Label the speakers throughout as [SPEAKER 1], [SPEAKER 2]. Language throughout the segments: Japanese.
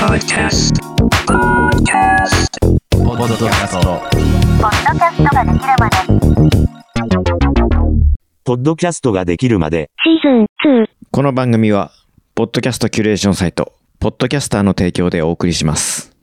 [SPEAKER 1] podcast. Podcast.
[SPEAKER 2] ポッドキャスト。
[SPEAKER 3] ポッドキャストができるまで。
[SPEAKER 4] ポッドキャストができるまで、
[SPEAKER 3] シーズン2。
[SPEAKER 5] この番組は、ポッドキャストキュレーションサイト、ポッドキャスターの提供でお送りします。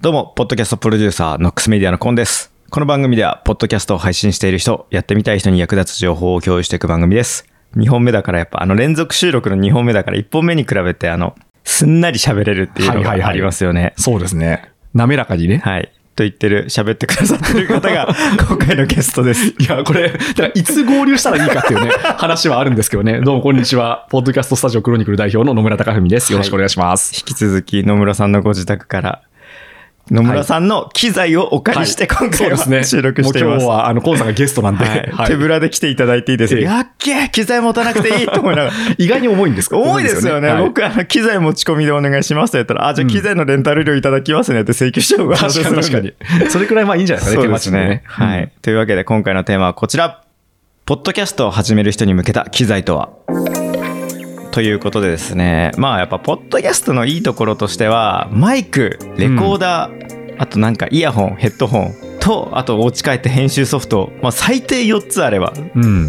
[SPEAKER 5] どうも、ポッドキャストプロデューサー、ノックスメディアのコンです。この番組では、ポッドキャストを配信している人、やってみたい人に役立つ情報を共有していく番組です。2本目だからやっぱ、あの連続収録の2本目だから、1本目に比べて、あの、すんなり喋れるっていうのが
[SPEAKER 2] はいはいはい
[SPEAKER 5] ありますよね。
[SPEAKER 2] そうですね。滑らかにね。
[SPEAKER 5] はい。と言ってる、喋ってくださってる方 が、今回のゲストです。
[SPEAKER 2] いや、これ、だからいつ合流したらいいかっていうね、話はあるんですけどね。どうもこんにちは。ポッドキャストスタジオクロニクル代表の野村隆文です。よろしくお願いします。
[SPEAKER 5] 引き続き野村さんのご自宅から野村さんの機材をお借りして今回
[SPEAKER 2] そうですね
[SPEAKER 5] は収録してい
[SPEAKER 2] もう
[SPEAKER 5] ま
[SPEAKER 2] 今
[SPEAKER 5] す。
[SPEAKER 2] 日は、あの、コンさんがゲストなんで、
[SPEAKER 5] はい
[SPEAKER 2] はい
[SPEAKER 5] 手ぶらで来ていただいていいですか
[SPEAKER 2] ええ
[SPEAKER 5] やっけー機材持たなくていいと思いながら。
[SPEAKER 2] 意外に重いんですか
[SPEAKER 5] 重いですよね。
[SPEAKER 2] はい
[SPEAKER 5] 僕、あの、機材持ち込みでお願いしますと言ったら、あ、じゃあ機材のレンタル料いただきますねって請求した方が
[SPEAKER 2] 確かに確かに。それくらいまあいいんじゃないですか
[SPEAKER 5] そう
[SPEAKER 2] ね、
[SPEAKER 5] です
[SPEAKER 2] 手間賃
[SPEAKER 5] ね。はい、というわけで今回のテーマはこちら。ポッドキャストを始める人に向けた機材とはということでですね。まあやっぱポッドキャストのいいところとしては、マイク、レコーダー、あとなんかイヤホン、ヘッドホンと、あとお家帰って編集ソフト、まあ最低4つあれば
[SPEAKER 2] うん。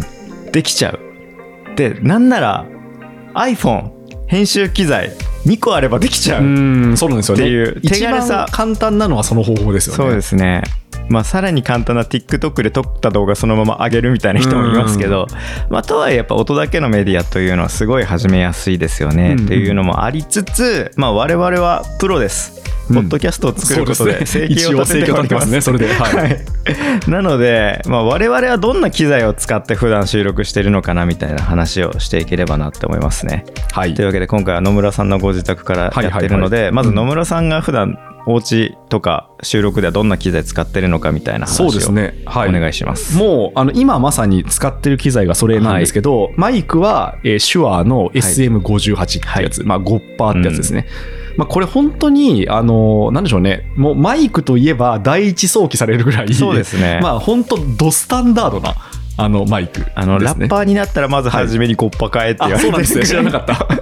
[SPEAKER 5] できちゃう。で、なんなら iPhone、編集機材2個あればできちゃう。
[SPEAKER 2] うん。うん、そうなんですよね。
[SPEAKER 5] っていう
[SPEAKER 2] 一
[SPEAKER 5] 手軽さ
[SPEAKER 2] 番簡単なのはその方法ですよね。
[SPEAKER 5] そうですね。まあ、さらに簡単な TikTok で撮った動画そのまま上げるみたいな人もいますけど、まあ、とはいえやっぱ音だけのメディアというのはすごい始めやすいですよね、
[SPEAKER 2] うん
[SPEAKER 5] っていうのもありつつ、まあ、我々はプロです。
[SPEAKER 2] うん
[SPEAKER 5] ポッドキャストを作ることで
[SPEAKER 2] そう
[SPEAKER 5] 生
[SPEAKER 2] ですね
[SPEAKER 5] 計を立てて
[SPEAKER 2] 一応生計を
[SPEAKER 5] お
[SPEAKER 2] 立
[SPEAKER 5] り
[SPEAKER 2] てて
[SPEAKER 5] ま
[SPEAKER 2] ま
[SPEAKER 5] すす
[SPEAKER 2] ねそれでは
[SPEAKER 5] はいい、なので、まあ、我々はどんな機材を使って普段収録してるのかなみたいな話をしていければなって思いますね。
[SPEAKER 2] はい
[SPEAKER 5] とい。うわけで今回は野村さんのご自宅から
[SPEAKER 2] はい
[SPEAKER 5] やってるので、
[SPEAKER 2] はいはい
[SPEAKER 5] まず野村さんが普段お家とか収録ではどんな機材使ってるのかみたいな話を
[SPEAKER 2] そうですね。はい。
[SPEAKER 5] お願いします。
[SPEAKER 2] もうあの今まさに使ってる機材がそれなんですけど、マイクは、えー、シュアーの SM58 ってやつ、まあ、5%パーってやつですね。まあ、これ本当に、あのーなんでしょうね、もうマイクといえば第一想起されるぐらい、
[SPEAKER 5] そうですね
[SPEAKER 2] まあ、本当、ドスタンダードなあのマイクです、ね。
[SPEAKER 5] あのラッパーになったらまず初めにコッパ買えって言
[SPEAKER 2] あ
[SPEAKER 5] われ
[SPEAKER 2] そうなんです
[SPEAKER 5] て
[SPEAKER 2] ね
[SPEAKER 5] る
[SPEAKER 2] 知らなか った。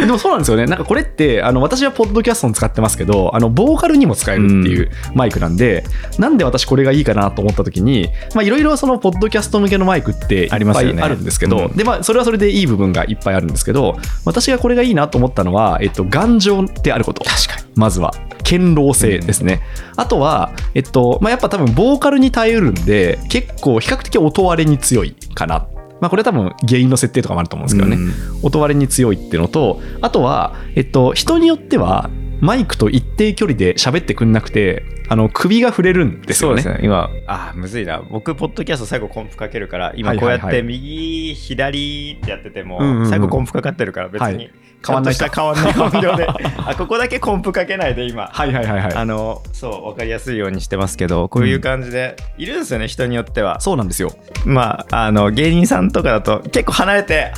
[SPEAKER 2] でもそうなんですよね。なんかこれって、あの、私はポッドキャストも使ってますけど、あの、ボーカルにも使えるっていうマイクなんで、なんで私これがいいかなと思った時に、まあいろいろそのポッドキャスト向けのマイクっていっぱ
[SPEAKER 5] あ
[SPEAKER 2] い
[SPEAKER 5] りますよね
[SPEAKER 2] あるんですけど、
[SPEAKER 5] うん
[SPEAKER 2] で、まあそれはそれでいい部分がいっぱいあるんですけど、私がこれがいいなと思ったのは、えっと、頑丈であること。確かに。まずは。堅牢性ですね、あとは、えっとまあ、やっぱ多分ボーカルに耐えうるんで結構比較的音割れに強いかな、まあ、これ多分原因の設定とかもあると思うんですけどね、音割れに強いっていうのとあとは、えっと、人によってはマイクと一定距離で喋ってくんなくてあの首が触れるんです
[SPEAKER 5] そ
[SPEAKER 2] よ
[SPEAKER 5] う
[SPEAKER 2] ね
[SPEAKER 5] ですね。今、あ、むずいな。僕、ポッドキャスト最後コンプかけるから、今こうや
[SPEAKER 2] は
[SPEAKER 5] っ
[SPEAKER 2] いはい
[SPEAKER 5] て右、左ってやってて
[SPEAKER 2] うんうんう
[SPEAKER 5] も、
[SPEAKER 2] ん
[SPEAKER 5] 最後コンプかかってるから別
[SPEAKER 2] はい
[SPEAKER 5] に、ちゃんとした変わんない音量で、
[SPEAKER 2] 変わんない
[SPEAKER 5] あ、ここだけコンプかけないで今、
[SPEAKER 2] はいはいはいは
[SPEAKER 5] あ
[SPEAKER 2] い
[SPEAKER 5] のそう分かりやすいようにしてますけどこういう感じで、いるんですよね人によっては
[SPEAKER 2] そうなんですよ
[SPEAKER 5] まああの芸人さんとかだと結構離れて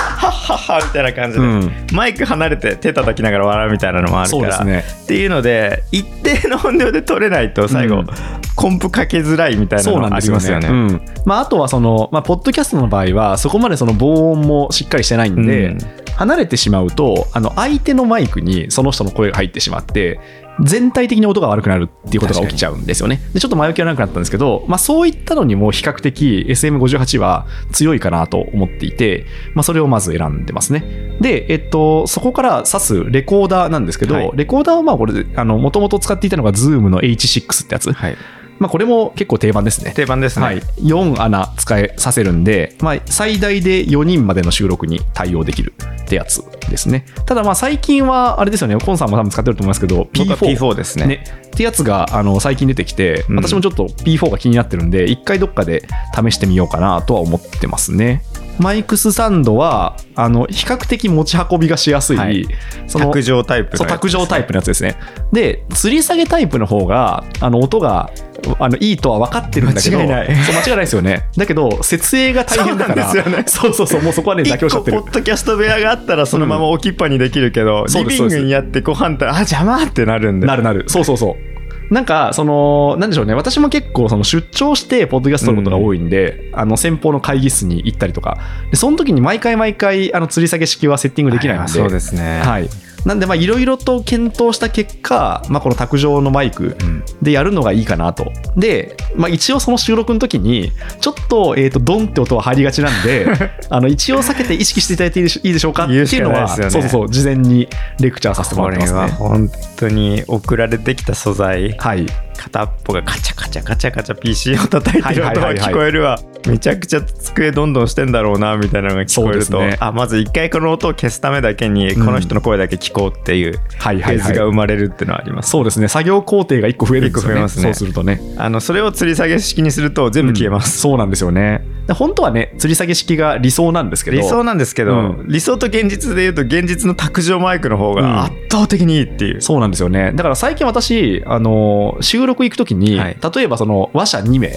[SPEAKER 5] はっはっはみたいな感じで、
[SPEAKER 2] うん
[SPEAKER 5] マイク離れて手叩きながら笑うみたいなのもある
[SPEAKER 2] そう
[SPEAKER 5] か
[SPEAKER 2] で
[SPEAKER 5] ら、
[SPEAKER 2] すね
[SPEAKER 5] っていうので一定の音量で取れないと最後、
[SPEAKER 2] うん
[SPEAKER 5] コンプかけづらいみたいな
[SPEAKER 2] そう
[SPEAKER 5] の
[SPEAKER 2] なん
[SPEAKER 5] もあ
[SPEAKER 2] で
[SPEAKER 5] り
[SPEAKER 2] すよ
[SPEAKER 5] ます
[SPEAKER 2] ね
[SPEAKER 5] よね。
[SPEAKER 2] うんまあ、あとはその、まあ、ポッドキャストの場合はそこまでその防音もしっかりしてないんで、
[SPEAKER 5] うん
[SPEAKER 2] 離れてしまうとあの相手のマイクにその人の声が入ってしまって全体的に音が悪くなるっていうことが起きちゃうんですよねでちょっと前置きがなくなったんですけど、まあ、そういったのにも比較的 SM58 は強いかなと思っていて、まあ、それをまず選んでますねで、えっと、そこから指すレコーダーなんですけど、
[SPEAKER 5] はい
[SPEAKER 2] レコーダーはまあこれもともと使っていたのが Zoom の H6 ってやつ、
[SPEAKER 5] はい、
[SPEAKER 2] まあ、これも結構定番ですね
[SPEAKER 5] 定番ですね、
[SPEAKER 2] はい、4穴使えさせるんで、まあ、最大で4人までの収録に対応できるってやつですね。ただまあ最近はあれですよね、コンさんも多分使ってると思いますけど、
[SPEAKER 5] 僕
[SPEAKER 2] P4,
[SPEAKER 5] は P4 ですね
[SPEAKER 2] ねってやつがあの最近出てきて、
[SPEAKER 5] うん
[SPEAKER 2] 私もちょっと P4 が気になってるんで、一回どっかで試してみようかなとは思ってますね。マイクスサンドはあの比較的持ち運びがしやすい、
[SPEAKER 5] はい
[SPEAKER 2] その
[SPEAKER 5] 卓上タイプのやつ
[SPEAKER 2] そう卓上タイプのやつですねで吊り下げタイプの方があの音があのいいとは分かってるんだけど
[SPEAKER 5] 間違いない
[SPEAKER 2] そう間違いないですよねだけど設営が大変だから
[SPEAKER 5] そうなんですよね
[SPEAKER 2] そうそうそうもうそこはね妥協し
[SPEAKER 5] 一
[SPEAKER 2] ちゃ
[SPEAKER 5] 個
[SPEAKER 2] って
[SPEAKER 5] ポ
[SPEAKER 2] る
[SPEAKER 5] ッドキャスト部屋があったらそのまま置きっぱにできるけど、
[SPEAKER 2] そう
[SPEAKER 5] リ
[SPEAKER 2] です
[SPEAKER 5] ビ
[SPEAKER 2] そう
[SPEAKER 5] ン
[SPEAKER 2] です
[SPEAKER 5] グにやってご飯ってあ邪魔ってなるんで
[SPEAKER 2] なるなるそうそうそうなんかそのなんでしょうね私も結構その出張してポッドキャストのことが多いんで、あの先方の会議室に行ったりとかでその時に毎回毎回あの吊り下げ式はセッティングできないので、
[SPEAKER 5] そうですね、
[SPEAKER 2] はい、なんでまあいろいろと検討した結果、まあ、この卓上のマイク
[SPEAKER 5] うん
[SPEAKER 2] でやるのがいいかなと。で、まあ、一応その収録の時に、ちょっと、えっ、と、ドンって音は入りがちな んで、あの、一応避けて意識していただいていいでしいいでしょうかって
[SPEAKER 5] 言うし
[SPEAKER 2] いう
[SPEAKER 5] か
[SPEAKER 2] の
[SPEAKER 5] ないで
[SPEAKER 2] は、
[SPEAKER 5] すよね
[SPEAKER 2] そうそうそう、事前にレクチャーさせても
[SPEAKER 5] こ
[SPEAKER 2] らっ
[SPEAKER 5] れ
[SPEAKER 2] てま
[SPEAKER 5] は
[SPEAKER 2] すね。
[SPEAKER 5] 本当に送られてきた素材
[SPEAKER 2] はい。
[SPEAKER 5] 片っぽがカチャカチャカチャカチャ PC を叩いてる
[SPEAKER 2] はい
[SPEAKER 5] 音
[SPEAKER 2] は
[SPEAKER 5] はい
[SPEAKER 2] はいは
[SPEAKER 5] 聞
[SPEAKER 2] い
[SPEAKER 5] こえるわめちゃくちゃ机どんどんしてんだろうなみたいなのが聞こえる
[SPEAKER 2] そう
[SPEAKER 5] と、
[SPEAKER 2] ですね
[SPEAKER 5] あまず一回この音を消すためだけに
[SPEAKER 2] うん
[SPEAKER 5] この人の声だけ聞こうっていうフ
[SPEAKER 2] はいは
[SPEAKER 5] ェ
[SPEAKER 2] い
[SPEAKER 5] ーズが
[SPEAKER 2] は
[SPEAKER 5] 生
[SPEAKER 2] い。
[SPEAKER 5] まれるっていうのはあります、
[SPEAKER 2] そうですね。作業工程が一個増えるんです
[SPEAKER 5] 一個増
[SPEAKER 2] よ
[SPEAKER 5] え
[SPEAKER 2] ね。
[SPEAKER 5] ますね
[SPEAKER 2] そうするとね。
[SPEAKER 5] あのそれを吊り下げ式にすると全部消えます、
[SPEAKER 2] うんそうなんですよね。で本当はね、吊り下げ式が理想なんですけど。
[SPEAKER 5] 理想なんですけど、
[SPEAKER 2] うん
[SPEAKER 5] 理想と現実で言うと現実の卓上マイクの方
[SPEAKER 2] うん
[SPEAKER 5] が圧倒的にいいっていう、
[SPEAKER 2] そうなんですよね。だから最近私、あの収録行くときに、
[SPEAKER 5] はい
[SPEAKER 2] 例えばその話者2名、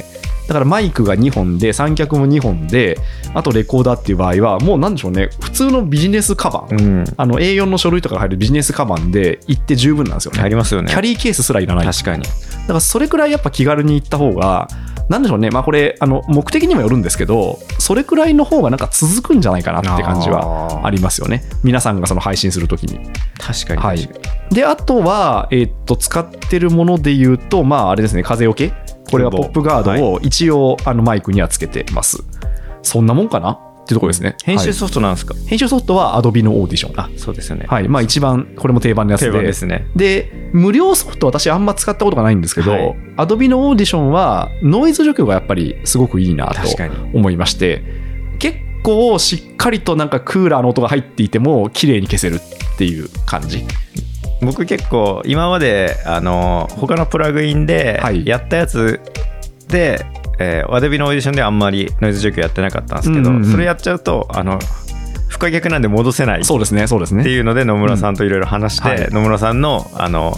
[SPEAKER 2] だからマイクが2本で、三脚も2本で、あとレコーダーっていう場合は、もうなんでしょうね、普通のビジネスカバン、
[SPEAKER 5] うん
[SPEAKER 2] あの A4 の書類とかが入るビジネスカバンで行って十分なんですよね。
[SPEAKER 5] ありますよね
[SPEAKER 2] キャリーケースすらいらない。だ
[SPEAKER 5] 確かに
[SPEAKER 2] からそれくらいやっぱ気軽に行った方が、なんでしょうね、まあこれ、あの目的にもよるんですけど、それくらいの方がなんか続くんじゃないかなって感じは
[SPEAKER 5] は
[SPEAKER 2] ありますよね。皆さんがその配信するときに。
[SPEAKER 5] 確かに
[SPEAKER 2] はい、であとは、えーっと使ってるもので言うと、まあ、あれですね、風よけ、これはポップガードを一応、あのマイクにはつけてます。そんなもんかなっていうところですね。
[SPEAKER 5] 編集
[SPEAKER 2] はい
[SPEAKER 5] ソフトなんですか、
[SPEAKER 2] 編集ソフトは Adobe のオーディション。
[SPEAKER 5] あそうですよね、
[SPEAKER 2] はいまあ、一番、これも定番のやつ
[SPEAKER 5] 定
[SPEAKER 2] で。
[SPEAKER 5] 番ですね
[SPEAKER 2] で無料ソフト、私、あんま使ったことがないんですけど、
[SPEAKER 5] はい
[SPEAKER 2] Adobe のオーディションは、ノイズ除去がやっぱりすごくいいなと
[SPEAKER 5] 確かに
[SPEAKER 2] 思いまして、結構しっかりとなんかクーラーの音が入っていても、綺麗に消せるっていう感じ。
[SPEAKER 5] 僕結構今まであの他のプラグインで
[SPEAKER 2] はい
[SPEAKER 5] やったやつで、えー、ワデビのオーディションではあんまりノイズ除去やってなかったんですけど、
[SPEAKER 2] うんうんうん
[SPEAKER 5] それやっちゃうとあの不可逆なんで戻せないっ
[SPEAKER 2] そうですね、そうですね。
[SPEAKER 5] ていうので野村さんといろいろ話して、
[SPEAKER 2] うんはい
[SPEAKER 5] 野村さんのあの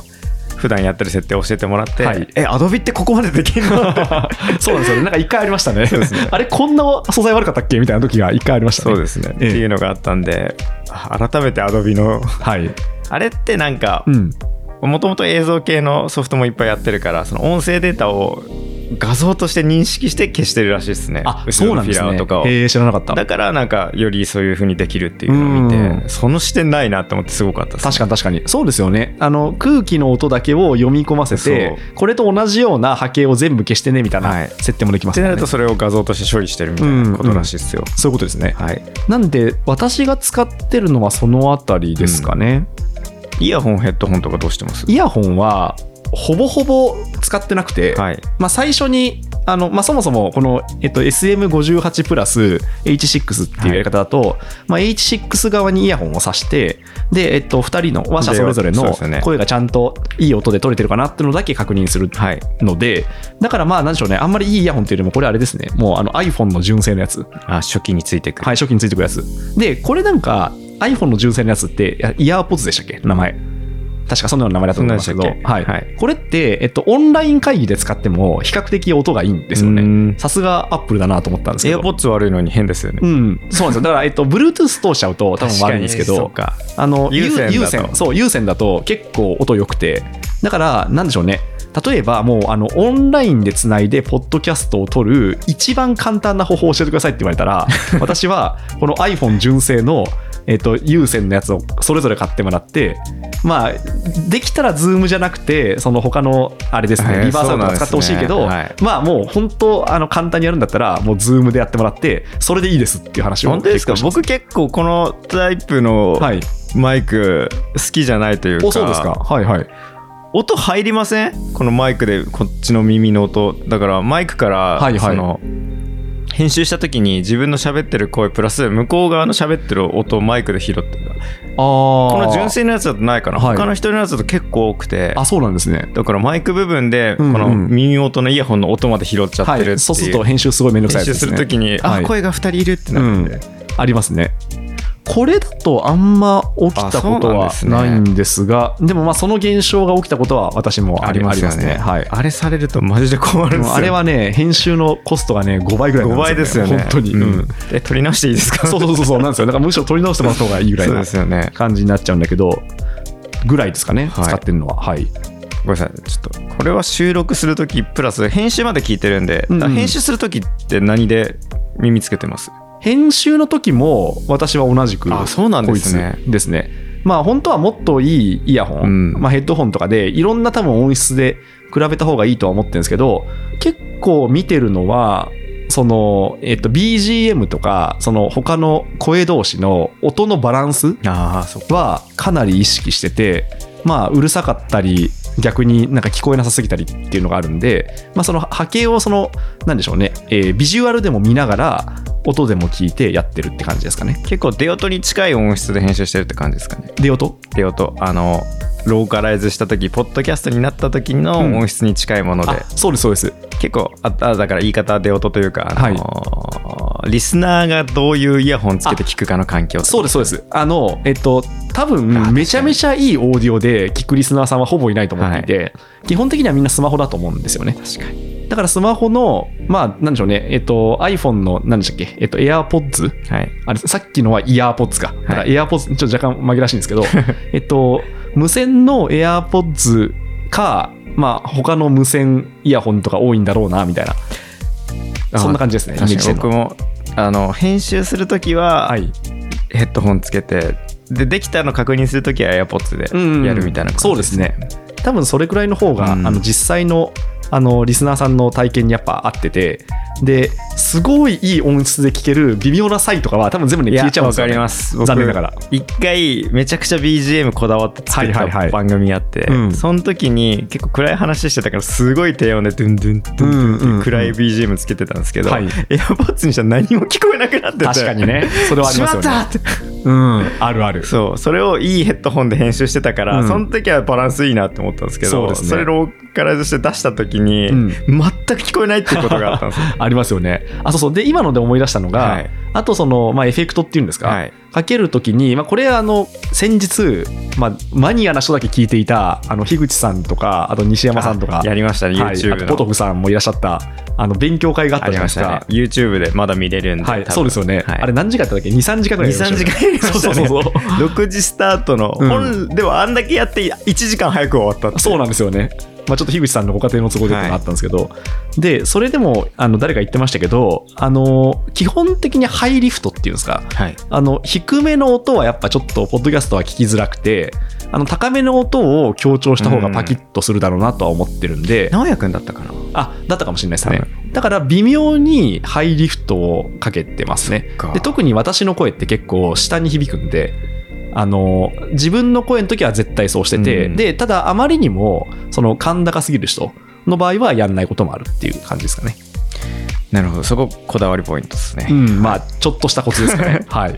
[SPEAKER 5] 普段やってる設定を教えてもらって、
[SPEAKER 2] はい
[SPEAKER 5] えアドビってここまでできるのって
[SPEAKER 2] そうなんですよね。なんか一回ありましたね。あれ、こんな素材悪かったっけみたいな時が一回ありまし た
[SPEAKER 5] そ
[SPEAKER 2] ね。
[SPEAKER 5] うですね、
[SPEAKER 2] ええ
[SPEAKER 5] っていうのがあったんであ改めてアドビの
[SPEAKER 2] はい。
[SPEAKER 5] あれってなんか
[SPEAKER 2] うん。
[SPEAKER 5] もともと映像系のソフトもいっぱいやってるからその音声データを画像として認識して消してるらしいですね
[SPEAKER 2] あ、
[SPEAKER 5] 後
[SPEAKER 2] そう
[SPEAKER 5] ろ
[SPEAKER 2] な
[SPEAKER 5] の
[SPEAKER 2] んです
[SPEAKER 5] フィラ
[SPEAKER 2] ね。
[SPEAKER 5] ーとかを
[SPEAKER 2] えー、知らなかった。
[SPEAKER 5] だからなんかよりそういう風にできるっていうのを見
[SPEAKER 2] う
[SPEAKER 5] てその視点ないなって思ってすごかったです
[SPEAKER 2] 確かに確かに。そうですよね。あの、空気の音だけを読み込ませて
[SPEAKER 5] そ、
[SPEAKER 2] これと同じような波形を全部消してね、みたい
[SPEAKER 5] は
[SPEAKER 2] ない設定もできま
[SPEAKER 5] っ
[SPEAKER 2] す
[SPEAKER 5] て
[SPEAKER 2] よ
[SPEAKER 5] な
[SPEAKER 2] ね
[SPEAKER 5] るとそれを画像として処理してるみたいなことらしいですよ、
[SPEAKER 2] そういうことですね。
[SPEAKER 5] はい、
[SPEAKER 2] なんで、私が使ってるのはそのあたりですかね。
[SPEAKER 5] イヤホンヘッドホンとかどうしてます
[SPEAKER 2] イヤホンは、ほぼほぼ使ってなくて、
[SPEAKER 5] はい
[SPEAKER 2] まあ、最初にあの、まあ、そもそもこの、えっと、SM58 プラス H6 っていうやり方だと、まあ、H6 側にイヤホンを挿してで、えっと、2人の話者それぞれ
[SPEAKER 5] そうで
[SPEAKER 2] の
[SPEAKER 5] すよね
[SPEAKER 2] 声がちゃんといい音で取れてるかなっていうのだけ確認する
[SPEAKER 5] はい
[SPEAKER 2] ので、だからまあなんでしょうねあんまりいいイヤホンっていうよりもこれあれですねもうあの iPhone の純正のやつ、はい、
[SPEAKER 5] あ初期についてくる、
[SPEAKER 2] 初期についてくるやつでこれなんか iPhone の純正のやつっていやイヤーポッズでしたっけ名前確かそんなような名前だと思いますけど
[SPEAKER 5] そんなんでしたっけ
[SPEAKER 2] はい
[SPEAKER 5] はい
[SPEAKER 2] これって、えっと、オンライン会議で使っても比較的音がいいんですよね
[SPEAKER 5] ね
[SPEAKER 2] さすがアップルだなと思ったんですけ
[SPEAKER 5] エア
[SPEAKER 2] ど
[SPEAKER 5] ポッツ悪いのに変ですよね、
[SPEAKER 2] うん、そうなんですよだから、えっと、Bluetooth 通しちゃうと多分
[SPEAKER 5] 確
[SPEAKER 2] 悪
[SPEAKER 5] か
[SPEAKER 2] いん
[SPEAKER 5] に
[SPEAKER 2] ですけ
[SPEAKER 5] そう
[SPEAKER 2] ど
[SPEAKER 5] か
[SPEAKER 2] あの
[SPEAKER 5] 有線だと
[SPEAKER 2] 有線そう有線だと結構音良くてだからなんでしょうね例えばもうあのオンラインでつないでポッドキャストを撮る一番簡単な方法を教えてくださいって言われ たら私はこの iPhone 純正の、えっと、有線のやつをそれぞれ買ってもらってまあできたら Zoom じゃなくてその他のあれです
[SPEAKER 5] へ
[SPEAKER 2] ね
[SPEAKER 5] ー
[SPEAKER 2] リバーサーとか使ってほしい
[SPEAKER 5] そう
[SPEAKER 2] けど、
[SPEAKER 5] なんですね
[SPEAKER 2] まあもう本当あの簡単にやるんだったらもう Zoom でやってもらってそれでいいですっていう話を
[SPEAKER 5] 本当ですか僕結構このタイプの
[SPEAKER 2] はい
[SPEAKER 5] マイク好きじゃないというか
[SPEAKER 2] おそうですかはいはい
[SPEAKER 5] 音入りませんこのマイクでこっちの耳の音だからマイクから、
[SPEAKER 2] はいはい
[SPEAKER 5] その編集した時に自分の喋ってる声プラス向こう側の喋ってる音をマイクで拾って
[SPEAKER 2] ああ
[SPEAKER 5] この純正のやつだとないかな、
[SPEAKER 2] はい
[SPEAKER 5] 他の人のやつだと結構多くて
[SPEAKER 2] あそうなんですね
[SPEAKER 5] だからマイク部分でこ
[SPEAKER 2] うんうん
[SPEAKER 5] の耳元のイヤホンの音まで拾っちゃってるっていう、
[SPEAKER 2] はい、そうすると編集すごいめんどくさ
[SPEAKER 5] 編
[SPEAKER 2] い
[SPEAKER 5] 集
[SPEAKER 2] やつ
[SPEAKER 5] す
[SPEAKER 2] で
[SPEAKER 5] る
[SPEAKER 2] すね
[SPEAKER 5] 時に、
[SPEAKER 2] は
[SPEAKER 5] あ
[SPEAKER 2] い
[SPEAKER 5] 声が2人いるって
[SPEAKER 2] う
[SPEAKER 5] なって、
[SPEAKER 2] んありますねこれだとあんま起きたことは
[SPEAKER 5] あそうな
[SPEAKER 2] なん
[SPEAKER 5] ですね
[SPEAKER 2] いんですがでもまあその現象が起きたことは私もありますねはい
[SPEAKER 5] あれされるとマジで困るんですよ
[SPEAKER 2] あれはね編集のコストがね5倍ぐらい
[SPEAKER 5] 5
[SPEAKER 2] なん
[SPEAKER 5] 倍ですよね
[SPEAKER 2] 本当に、
[SPEAKER 5] う
[SPEAKER 2] うん
[SPEAKER 5] ん、え取り直していいですか
[SPEAKER 2] そう
[SPEAKER 5] う
[SPEAKER 2] そうそうそうなんですよだからむしろ取り直してもらった方がいいぐらい
[SPEAKER 5] そう
[SPEAKER 2] な
[SPEAKER 5] ですよね
[SPEAKER 2] 感じになっちゃうんだけどぐらいですかね、
[SPEAKER 5] はい
[SPEAKER 2] 使ってるのははい
[SPEAKER 5] ごめんなさいちょっとこれは収録するときプラス編集まで聞いてるんで、
[SPEAKER 2] うんうん
[SPEAKER 5] 編集するときって何で耳つけてます
[SPEAKER 2] 編集の時も私は同じく
[SPEAKER 5] あそうなんですね
[SPEAKER 2] こいつですねまあ本当はもっといいイヤホン、
[SPEAKER 5] うん
[SPEAKER 2] まあ、ヘッドホンとかでいろんな多分音質で比べた方がいいとは思ってるんですけど結構見てるのはその、えっと、BGM とかその他の声同士の音のバランス
[SPEAKER 5] ああ、そう。
[SPEAKER 2] はかなり意識してて、まあ、うるさかったり逆になんか聞こえなさすぎたりっていうのがあるんで、まあ、その波形をそのなんでしょうね、えービジュアルでも見ながら音でも聞いてやってるって感じですかね。
[SPEAKER 5] 結構出音に近い音質で編集してるって感じですかね。
[SPEAKER 2] で音
[SPEAKER 5] 出音、あの、ローカライズした時、ポッドキャストになった時の
[SPEAKER 2] うん
[SPEAKER 5] 音質に近いもので、
[SPEAKER 2] あそうですそうです
[SPEAKER 5] 結構ああだから言い方は出音というか、あのリスナーがどういうイヤホンつけて聞くかの環境とか
[SPEAKER 2] そうですそうですあのえっと多
[SPEAKER 5] あ
[SPEAKER 2] 分めちゃめちゃいいオーディオで聞くリスナーさんはほぼいないと思っていて、基本的にはみんなスマホだと思うんですよね
[SPEAKER 5] 確かに
[SPEAKER 2] だからスマホのまあなんでしょうねえっと iPhone の何でしたっけえっと AirPods
[SPEAKER 5] はい
[SPEAKER 2] あれさっきのはイヤーポッツか。だからエアーポッツ、ちょっと若干紛らわしいんです けど、えっと、無線のエアーポッツか、まあ、他の無線イヤホンとか多いんだろうな、みたいな。
[SPEAKER 5] あ
[SPEAKER 2] そんな感じですね、イメージしてるの
[SPEAKER 5] 僕
[SPEAKER 2] は
[SPEAKER 5] もあの編集するときは、
[SPEAKER 2] はい。
[SPEAKER 5] ヘッドホンつけてでできたの確認するときは AirPods でやるみたいな感じ、
[SPEAKER 2] そうですね。多分それくらいの方が、
[SPEAKER 5] うん
[SPEAKER 2] あの実際のあのリスナーさんの体験にやっぱ合ってて、ですごいいい音質で聴ける微妙なサイとかは、多分全部ね、
[SPEAKER 5] いや
[SPEAKER 2] 消えちゃうんですよ、
[SPEAKER 5] わか
[SPEAKER 2] ね。
[SPEAKER 5] ります僕
[SPEAKER 2] 残念ながら。
[SPEAKER 5] 一回めちゃくちゃ BGM こだわって作っ
[SPEAKER 2] はいはいは
[SPEAKER 5] た
[SPEAKER 2] い
[SPEAKER 5] 番組やって、
[SPEAKER 2] うん
[SPEAKER 5] その時に結構暗い話してたからすごい低音でドゥンドゥンドゥンドゥンって
[SPEAKER 2] うんうんうん
[SPEAKER 5] 暗い BGM つけてたんですけど、
[SPEAKER 2] はい
[SPEAKER 5] AirPods にしたら何も聞こえなくなってて
[SPEAKER 2] 確かにね。それはありますよ ね。
[SPEAKER 5] しまったって
[SPEAKER 2] うん、あるある。
[SPEAKER 5] そうそれをいいヘッドホンで編集してたから、
[SPEAKER 2] うん
[SPEAKER 5] その時はバランスいいなって思ったんですけど
[SPEAKER 2] そうですね
[SPEAKER 5] れローカライズして出した時に、
[SPEAKER 2] うん
[SPEAKER 5] 全く聞こえないっていうことがあったんですよ
[SPEAKER 2] ありますよね。あ、そうそう。で、今ので思い出したのが、
[SPEAKER 5] はい
[SPEAKER 2] あとその、まあ、エフェクトっていうんですか、
[SPEAKER 5] はい
[SPEAKER 2] かけるときに、まあ、これ、あの、先日、まあ、マニアな人だけ聞いていた、あの、樋口さんとか、あと西山さんとか、
[SPEAKER 5] やりましたね
[SPEAKER 2] はい、あ
[SPEAKER 5] YouTube の、
[SPEAKER 2] とポトフさんもいらっしゃった、あの、勉強会があっ
[SPEAKER 5] あ
[SPEAKER 2] た
[SPEAKER 5] り
[SPEAKER 2] じゃ
[SPEAKER 5] ま
[SPEAKER 2] ないで
[SPEAKER 5] し
[SPEAKER 2] すか。
[SPEAKER 5] たね YouTube でまだ見れるんで
[SPEAKER 2] はい、
[SPEAKER 5] 多分
[SPEAKER 2] そうですよね、
[SPEAKER 5] はい
[SPEAKER 2] あれ何時間やったっけ ?2、3時間ぐらい
[SPEAKER 5] 23時間
[SPEAKER 2] やりましたよね
[SPEAKER 5] やりましたね
[SPEAKER 2] そうそうそう。
[SPEAKER 5] 6時スタートの
[SPEAKER 2] うん
[SPEAKER 5] 本でもあんだけやって1時間早く終わったって
[SPEAKER 2] そうなんですよね。まあ、ちょっと樋口さんのご家庭の都合でとかあったんですけど、で、それでも、あの、誰か言ってましたけど、あの、基本的にハイリフトっていうんですか、
[SPEAKER 5] はい
[SPEAKER 2] あの低めの音はやっぱちょっとポッドキャストは聞きづらくてあの高めの音を強調した方がパキッとするだろうなとは思ってるんで、
[SPEAKER 5] 直哉くんだったかな
[SPEAKER 2] あだったかもしれないですねだから微妙にハイリフトをかけてますね
[SPEAKER 5] っか
[SPEAKER 2] で特に私の声って結構下に響くんであの自分の声の時は絶対そうしてて、
[SPEAKER 5] うん
[SPEAKER 2] でただあまりにもその甲高すぎる人の場合はやんないこともあるっていう感じですかね
[SPEAKER 5] なるほどそここだわりポイントですね、
[SPEAKER 2] うん、まあ、ちょっとしたコツですか ね。はい。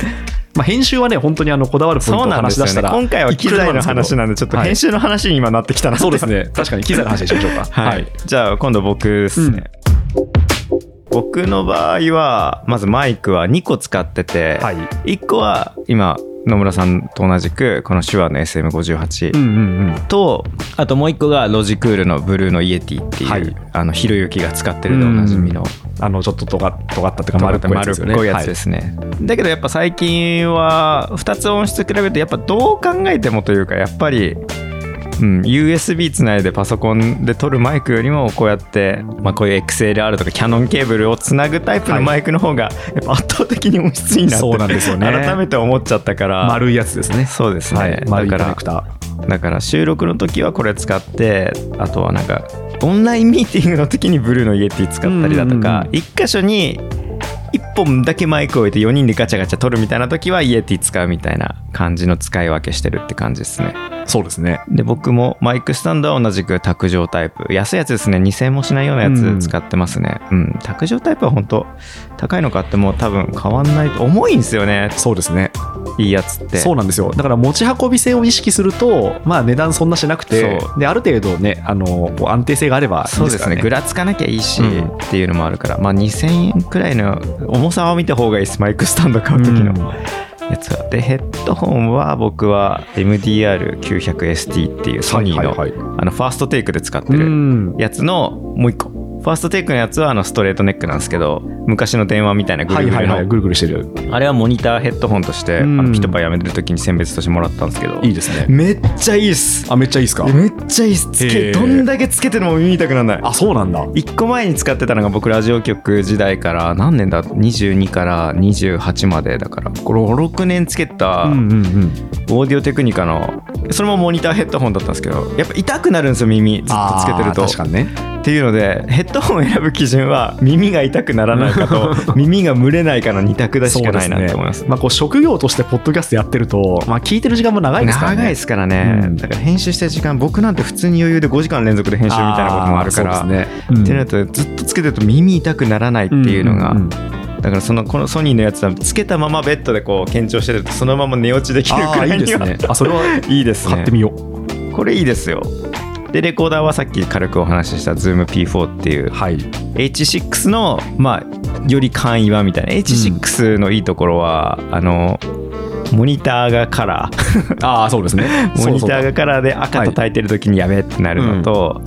[SPEAKER 2] まあ、編集はね、本当にあのこだわるポイント
[SPEAKER 5] そう
[SPEAKER 2] を
[SPEAKER 5] なんで
[SPEAKER 2] 話
[SPEAKER 5] す
[SPEAKER 2] し
[SPEAKER 5] よ
[SPEAKER 2] 出した
[SPEAKER 5] ね
[SPEAKER 2] ら、
[SPEAKER 5] 今回は機材の話なんでちょっと編
[SPEAKER 2] 集、
[SPEAKER 5] 集の話に今なってきたな
[SPEAKER 2] はい
[SPEAKER 5] って
[SPEAKER 2] そうですね。確かに機材の話にしましょうか。
[SPEAKER 5] はい、じゃあ今度僕ですね、僕の場合はまずマイクは2個使ってて、
[SPEAKER 2] はい。
[SPEAKER 5] 1個は今野村さんと同じくこの手話の SM58、
[SPEAKER 2] うんうんうん。
[SPEAKER 5] とあともう一個がロジクールのブルーのイエティっていう、
[SPEAKER 2] はい
[SPEAKER 5] あのひろゆきが使ってるでおなじみの
[SPEAKER 2] あの、ちょっととが尖ったっていうか、
[SPEAKER 5] 丸
[SPEAKER 2] 丸
[SPEAKER 5] っ
[SPEAKER 2] っこいやつですよね。
[SPEAKER 5] こいやつですね、だけどやっぱ最近は2つ音質比べるとやっぱどう考えてもというかやっぱり、うん、USB つないでパソコンで撮るマイクよりもこうやって、まあ、こういう XLR とかキャノンケーブルをつなぐタイプのマイクの方がやっぱ圧倒的に音質いいなって
[SPEAKER 2] そうなんです よね
[SPEAKER 5] 改 めて思っちゃったから
[SPEAKER 2] 丸いやつですね。
[SPEAKER 5] そうですね、
[SPEAKER 2] はい。丸い
[SPEAKER 5] だか
[SPEAKER 2] コネ
[SPEAKER 5] ら
[SPEAKER 2] クタ
[SPEAKER 5] だから収録の時はこれ使ってあとはなんかオンラインミーティングの時にブルーのイエティ使ったりだと
[SPEAKER 2] うん
[SPEAKER 5] か
[SPEAKER 2] うん
[SPEAKER 5] 一箇所に1本だけマイクを置いて4人でガチャガチャ撮るみたいな時はイエティ使うみたいな感じの使い分けしてるって感じですね
[SPEAKER 2] ー。そうですね。
[SPEAKER 5] で僕もマイクスタンドは同じく卓上タイプ安いやつですね2000円もしないようなやつ使ってますねうん、卓上タイプは本当高いの買っても多分変わんないと重いんですよね
[SPEAKER 2] そうですね。
[SPEAKER 5] いいやつって
[SPEAKER 2] そうなんですよ。だから持ち運び性を意識すると、まあ値段そんなしなくて
[SPEAKER 5] そ、
[SPEAKER 2] で、ある程度ね、あの、こう安定性があればいい
[SPEAKER 5] そう
[SPEAKER 2] で
[SPEAKER 5] ですす
[SPEAKER 2] か
[SPEAKER 5] ね
[SPEAKER 2] らね。
[SPEAKER 5] ぐらつかなきゃいいし、
[SPEAKER 2] うん
[SPEAKER 5] っていうのもあるから、まあ、2000円くらいの重さを見た方がいいですマイクスタンド買う時の
[SPEAKER 2] うん
[SPEAKER 5] やつは、でヘッドホンは僕は MDR900ST っていうソニーの,、
[SPEAKER 2] はいはいはい
[SPEAKER 5] あのファーストテイクで使って
[SPEAKER 2] う
[SPEAKER 5] る
[SPEAKER 2] ん。
[SPEAKER 5] やつのもう一個フファーストテイクのやつはあのストレートネックなんですけど昔の電話みたいなグ
[SPEAKER 2] は
[SPEAKER 5] ル
[SPEAKER 2] い
[SPEAKER 5] グ
[SPEAKER 2] はい
[SPEAKER 5] ル
[SPEAKER 2] はい
[SPEAKER 5] の
[SPEAKER 2] ぐるぐるしてる
[SPEAKER 5] あれはモニターヘッドホンとしてあ
[SPEAKER 2] うん
[SPEAKER 5] のピトパやめてる時に選別としてもらったんですけど
[SPEAKER 2] いいですね
[SPEAKER 5] めっちゃいいっす
[SPEAKER 2] あめっちゃいいですか
[SPEAKER 5] めっちゃいいっすつ
[SPEAKER 2] へ
[SPEAKER 5] け
[SPEAKER 2] ー
[SPEAKER 5] どんだけつけても耳痛くならない
[SPEAKER 2] あそうなんだ
[SPEAKER 5] 1個前に使ってたのが僕ラジオ局時代から何年だ22から28までだから56年つけた
[SPEAKER 2] うんうんうん
[SPEAKER 5] オーディオテクニカのそれもモニターヘッドホンだったんですけどやっぱ痛くなるんですよ耳ずっとつけてると
[SPEAKER 2] あー確かにね
[SPEAKER 5] っていうのでヘッドホンを選ぶ基準は耳が痛くならないか と耳が蒸れないかの2択だしかないなと思います
[SPEAKER 2] そうでねまあ、こう職業としてポッドキャストやってると、まあ、聞いてる時間も長いですからね
[SPEAKER 5] 長いですからね、
[SPEAKER 2] うん
[SPEAKER 5] だから編集してる時間僕なんて普通に余裕で5時間連続で編集みたいなこともあるから
[SPEAKER 2] ーそうですね、うん
[SPEAKER 5] ってなるとずっとつけてると耳痛くならないっていうのが、
[SPEAKER 2] んんん
[SPEAKER 5] だからそのこのソニーのやつはつけたままベッドでこう緊張してるとそのまま寝落ちできるく
[SPEAKER 2] あ
[SPEAKER 5] ら
[SPEAKER 2] ーい
[SPEAKER 5] い
[SPEAKER 2] いで
[SPEAKER 5] に
[SPEAKER 2] す
[SPEAKER 5] は
[SPEAKER 2] ねあそれはい
[SPEAKER 5] いです
[SPEAKER 2] 買っ
[SPEAKER 5] ね
[SPEAKER 2] てみよう
[SPEAKER 5] これいいですよでレコーダーはさっき軽くお話しした ZoomP4 っていう
[SPEAKER 2] はい
[SPEAKER 5] H6 のまあより簡易版みたいな H6 のいいところは、あのモニターがカラー
[SPEAKER 2] ああ そうですね
[SPEAKER 5] モニター
[SPEAKER 2] そうそう
[SPEAKER 5] がカラーで赤と焚いてる時にやべえってなるのと、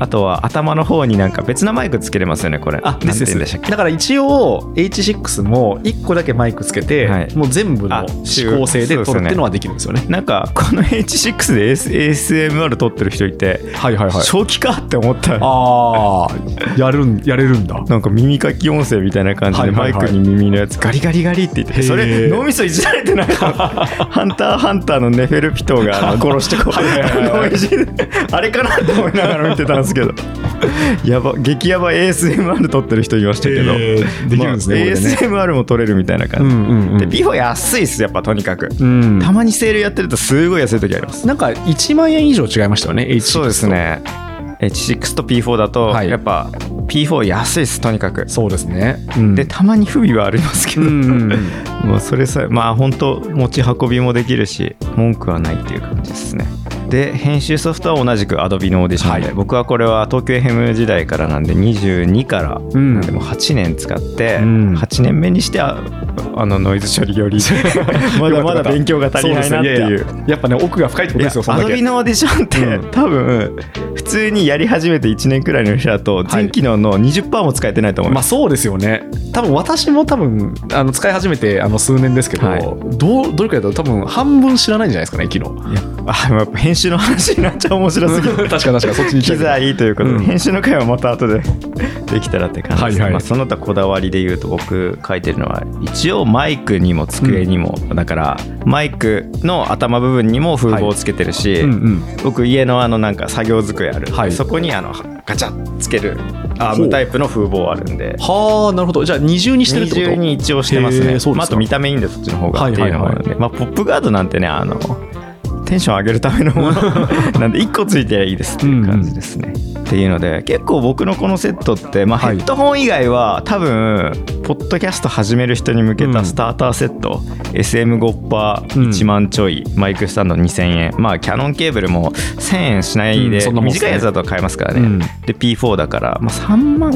[SPEAKER 5] あとは頭の方になんか別のマイクつけれますよねこれ
[SPEAKER 2] あで
[SPEAKER 5] な
[SPEAKER 2] す
[SPEAKER 5] んて言うん
[SPEAKER 2] で
[SPEAKER 5] でした
[SPEAKER 2] す
[SPEAKER 5] っけ
[SPEAKER 2] だから一応 H6 も1個だけマイクつけて、
[SPEAKER 5] はい
[SPEAKER 2] もう全部の
[SPEAKER 5] あ
[SPEAKER 2] 指向性で撮るっていうのはできるんですよね
[SPEAKER 5] なんかこの H6 で AS ASMR 撮ってる人いて、
[SPEAKER 2] はいはいはい
[SPEAKER 5] 正気かって思った
[SPEAKER 2] ああやるん やれるんだ
[SPEAKER 5] なんか耳かき音声みたいな感じで
[SPEAKER 2] は
[SPEAKER 5] マ
[SPEAKER 2] い
[SPEAKER 5] イ
[SPEAKER 2] はいはい
[SPEAKER 5] クに耳のやつガリガリガリって言って
[SPEAKER 2] へー
[SPEAKER 5] それ脳みそいじられてない かなハンターハンターのネフェルピトーがあの殺してこう脳いじるあれかなって思いながら見てたんですけ どやば激ヤバ ASMR 撮ってる人いましたけど
[SPEAKER 2] へーできるんですねこれでね
[SPEAKER 5] まあ ASMR も撮れるみたいな
[SPEAKER 2] う
[SPEAKER 5] 感じ
[SPEAKER 2] んうんうん
[SPEAKER 5] でビフォー安いっすやっぱとにかく
[SPEAKER 2] うん
[SPEAKER 5] たまにセールやってるとすごい安い時あります
[SPEAKER 2] なんか1万円以上違いましたよね H6
[SPEAKER 5] そうですね H6 と P4 だと
[SPEAKER 2] はい
[SPEAKER 5] やっぱ P4 安いっすとにかく
[SPEAKER 2] そうですね、
[SPEAKER 5] でたまに不備はありますけ
[SPEAKER 2] う
[SPEAKER 5] ど、
[SPEAKER 2] んうん うん
[SPEAKER 5] もうそれさえまあ本当持ち運びもできるし文句はないっていう感じですねで編集ソフトは同じく Adobe のオーディションで、
[SPEAKER 2] はい
[SPEAKER 5] 僕はこれは東京 FM 時代からなんで22から、
[SPEAKER 2] ん
[SPEAKER 5] なんでもう8年使って、
[SPEAKER 2] うん
[SPEAKER 5] 8年目にしてああのノイズ処理より まだまだ勉強が足りないなっていう
[SPEAKER 2] そですねやややっぱね奥が深いって
[SPEAKER 5] い
[SPEAKER 2] こと
[SPEAKER 5] や
[SPEAKER 2] ですよそん
[SPEAKER 5] ア
[SPEAKER 2] だ
[SPEAKER 5] ド
[SPEAKER 2] け
[SPEAKER 5] ビのオーディションって、
[SPEAKER 2] うん
[SPEAKER 5] 多分普通にやり始めて1年くらいの人だと全機能の20%も使えてないと思い
[SPEAKER 2] ま
[SPEAKER 5] ま
[SPEAKER 2] あ
[SPEAKER 5] す、
[SPEAKER 2] そうですよね多分私も多分あの使い始めてあの数年ですけど、
[SPEAKER 5] はい
[SPEAKER 2] どうどれくらいだと多分半分知らないんじゃないですかね機能
[SPEAKER 5] あやっぱ編集の話になっちゃう面白すぎる
[SPEAKER 2] 確かに確かにそっちに行っちゃ
[SPEAKER 5] 機
[SPEAKER 2] う
[SPEAKER 5] 材いいということで、
[SPEAKER 2] うん
[SPEAKER 5] 編集の回はまた後で できたらって感じです、
[SPEAKER 2] はいはい
[SPEAKER 5] まあ、その他こだわりで言うと僕書いてるのは一応マイクにも机にも、だからマイクの頭部分にも風防をつけてるし、
[SPEAKER 2] うんうん
[SPEAKER 5] 僕家のあのなんか作業机ある、
[SPEAKER 2] はい
[SPEAKER 5] そこにあのガチャッつけるアー
[SPEAKER 2] ほ
[SPEAKER 5] ム
[SPEAKER 2] う
[SPEAKER 5] タイプの風防あるんで
[SPEAKER 2] はあなるほどじゃあ二重にしてるっ
[SPEAKER 5] 二
[SPEAKER 2] てこと
[SPEAKER 5] 重に一応してます
[SPEAKER 2] へ
[SPEAKER 5] ね
[SPEAKER 2] ーそうですか
[SPEAKER 5] まあ、あと見た目いいんでそっちの方がっていうのもあるんで、まあ、ポップガードなんてねあのテンション上げるためのものなんで1個ついてりゃいいですっていう感じですね、っていうので結構僕のこのセットって、まあ、ヘ
[SPEAKER 2] はい
[SPEAKER 5] ッドホン以外は多分ポッドキャスト始める人に向け
[SPEAKER 2] う
[SPEAKER 5] た
[SPEAKER 2] ん
[SPEAKER 5] スターターセット、SM5 パー
[SPEAKER 2] うん
[SPEAKER 5] 1万ちょい、マイクスタンド2000円まあキャノンケーブルも1000円しない
[SPEAKER 2] うん
[SPEAKER 5] で、
[SPEAKER 2] そんなもんっすね
[SPEAKER 5] 短いやつだと買えますからね、
[SPEAKER 2] うん
[SPEAKER 5] で P4 だから、まあ、3万、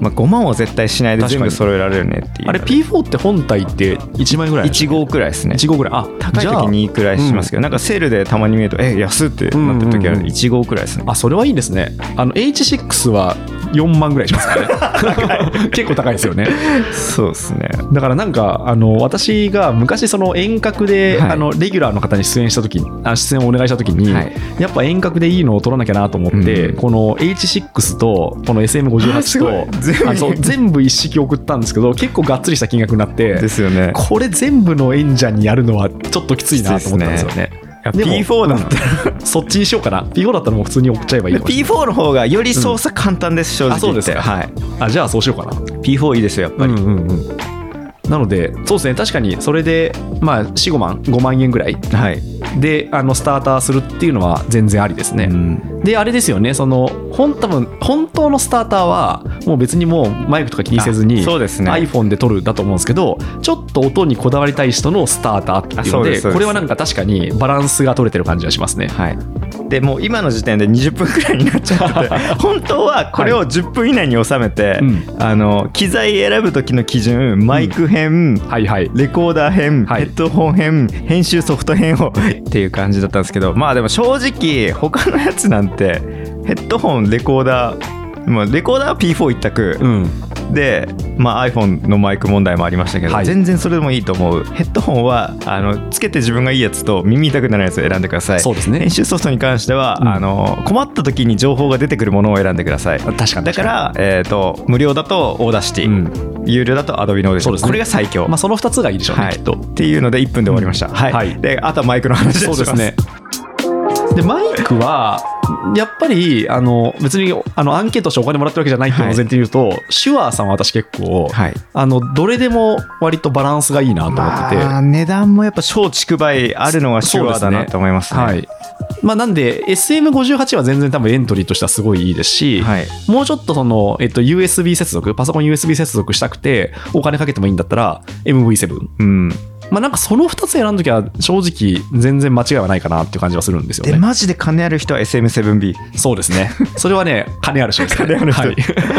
[SPEAKER 5] まあ、5万は絶対しないで
[SPEAKER 2] 確
[SPEAKER 5] 全
[SPEAKER 2] かに
[SPEAKER 5] 部揃えられるねっていう
[SPEAKER 2] あれ P4 って本体って1万円ぐらい
[SPEAKER 5] 1号くらいですね
[SPEAKER 2] 1号ぐらいあ
[SPEAKER 5] 高い
[SPEAKER 2] じゃあ
[SPEAKER 5] 時にくらいしますけど、なんかセールでたまに見るとえ安ってなってる時は
[SPEAKER 2] うんうんうん
[SPEAKER 5] 1号くらいですね、
[SPEAKER 2] あそれはいいですねあの H6 は4万ぐらいしますからね 結構高いですよね
[SPEAKER 5] そうですね
[SPEAKER 2] だからなんかあの私が昔その遠隔で、
[SPEAKER 5] はい
[SPEAKER 2] あのレギュラーの方に出演した時にあ出演をお願いした時に、
[SPEAKER 5] はい
[SPEAKER 2] やっぱ遠隔でいいのを取らなきゃなと思って、
[SPEAKER 5] うん
[SPEAKER 2] この H6 とこの SM58 と
[SPEAKER 5] すごい全部
[SPEAKER 2] あそう全部一式送ったんですけど結構がっつりした金額になって
[SPEAKER 5] ですよね
[SPEAKER 2] これ全部の演者にやるのはちょっときついなと思ったんですよね
[SPEAKER 5] いや
[SPEAKER 2] でも
[SPEAKER 5] P4 だったら、
[SPEAKER 2] そっちにしようかな P4 だったらもう普通に送っちゃえばいいのかな
[SPEAKER 5] P4 の方がより操作簡単です、
[SPEAKER 2] んあ
[SPEAKER 5] 正
[SPEAKER 2] そう
[SPEAKER 5] 直言
[SPEAKER 2] で
[SPEAKER 5] っ
[SPEAKER 2] す
[SPEAKER 5] て、
[SPEAKER 2] か
[SPEAKER 5] はい、
[SPEAKER 2] あじゃあそうしようかな
[SPEAKER 5] P4 いいですよやっぱり、
[SPEAKER 2] うんうんうんなのでそうですね確かにそれでまあ45万5万円ぐらい
[SPEAKER 5] はい、
[SPEAKER 2] であのスターターするっていうのは全然ありですね、
[SPEAKER 5] うん
[SPEAKER 2] であれですよねそのほん多分本当のスターターはもう別にもうマイクとか気にせずに
[SPEAKER 5] あそうですね
[SPEAKER 2] iPhone で撮るだと思うんですけどちょっと音にこだわりたい人のスターターっていう
[SPEAKER 5] あそ
[SPEAKER 2] の
[SPEAKER 5] う
[SPEAKER 2] で
[SPEAKER 5] ですそうです
[SPEAKER 2] これはなんか確かにバランスが取れてる感じがしますね
[SPEAKER 5] はい、でもう今の時点で20分くらいになっちゃ ってて本当はこれを10分以内に収めて、
[SPEAKER 2] うん
[SPEAKER 5] あの機材選ぶ時の基準マイク編、
[SPEAKER 2] はいはい
[SPEAKER 5] レコーダー編、
[SPEAKER 2] はい
[SPEAKER 5] ヘッドホン編編集ソフト編をっていう感じだったんですけどまあでも正直他のやつなんてヘッドホンレコーダーまあ、レコーダーは P4 一択、
[SPEAKER 2] うん
[SPEAKER 5] で、まあ、iPhone のマイク問題もありましたけど、
[SPEAKER 2] はい
[SPEAKER 5] 全然それでもいいと思うヘッドホンはあのつけて自分がいいやつと耳痛くなるやつを選んでください
[SPEAKER 2] そうですね
[SPEAKER 5] 編集ソフトに関しては、
[SPEAKER 2] うん
[SPEAKER 5] あの困った時に情報が出てくるものを選んでください
[SPEAKER 2] 確かに確かに
[SPEAKER 5] だから、えー、と無料だとオーダーシティ、有料だとアドビのオーディシ
[SPEAKER 2] そ
[SPEAKER 5] ョ
[SPEAKER 2] う
[SPEAKER 5] ン、
[SPEAKER 2] ですね
[SPEAKER 5] これが最強、
[SPEAKER 2] まあその2つがいいでしょうね、
[SPEAKER 5] はい、
[SPEAKER 2] きっと
[SPEAKER 5] っていうので1分で終わりました、はい、
[SPEAKER 2] はい
[SPEAKER 5] であとはマイクの話を
[SPEAKER 2] そう
[SPEAKER 5] しま
[SPEAKER 2] ですね。でマイクはやっぱりあの別にあのアンケートしてお金もらってるわけじゃないっていうのを前提に言うと、シュワーさんは私結構、
[SPEAKER 5] はい
[SPEAKER 2] あのどれでも割とバランスがいいなと思ってて、
[SPEAKER 5] まあ、値段もやっぱ小竹梅あるのが手話だなと思いますね。
[SPEAKER 2] はいまあ、なんで SM58 は全然多分エントリーとしてはすごいいいですし、
[SPEAKER 5] はい
[SPEAKER 2] もうちょっとその、えっと、USB 接続パソコン USB 接続したくてお金かけてもいいんだったら MV7
[SPEAKER 5] うん
[SPEAKER 2] まあなんかその2つ選んどきは正直全然間違いはないかなっていう感じはするんですよ
[SPEAKER 5] で
[SPEAKER 2] ね
[SPEAKER 5] マジで金ある人は SM7B
[SPEAKER 2] そうですね。それはね、金ある人です、ね。
[SPEAKER 5] 金ある人
[SPEAKER 2] はい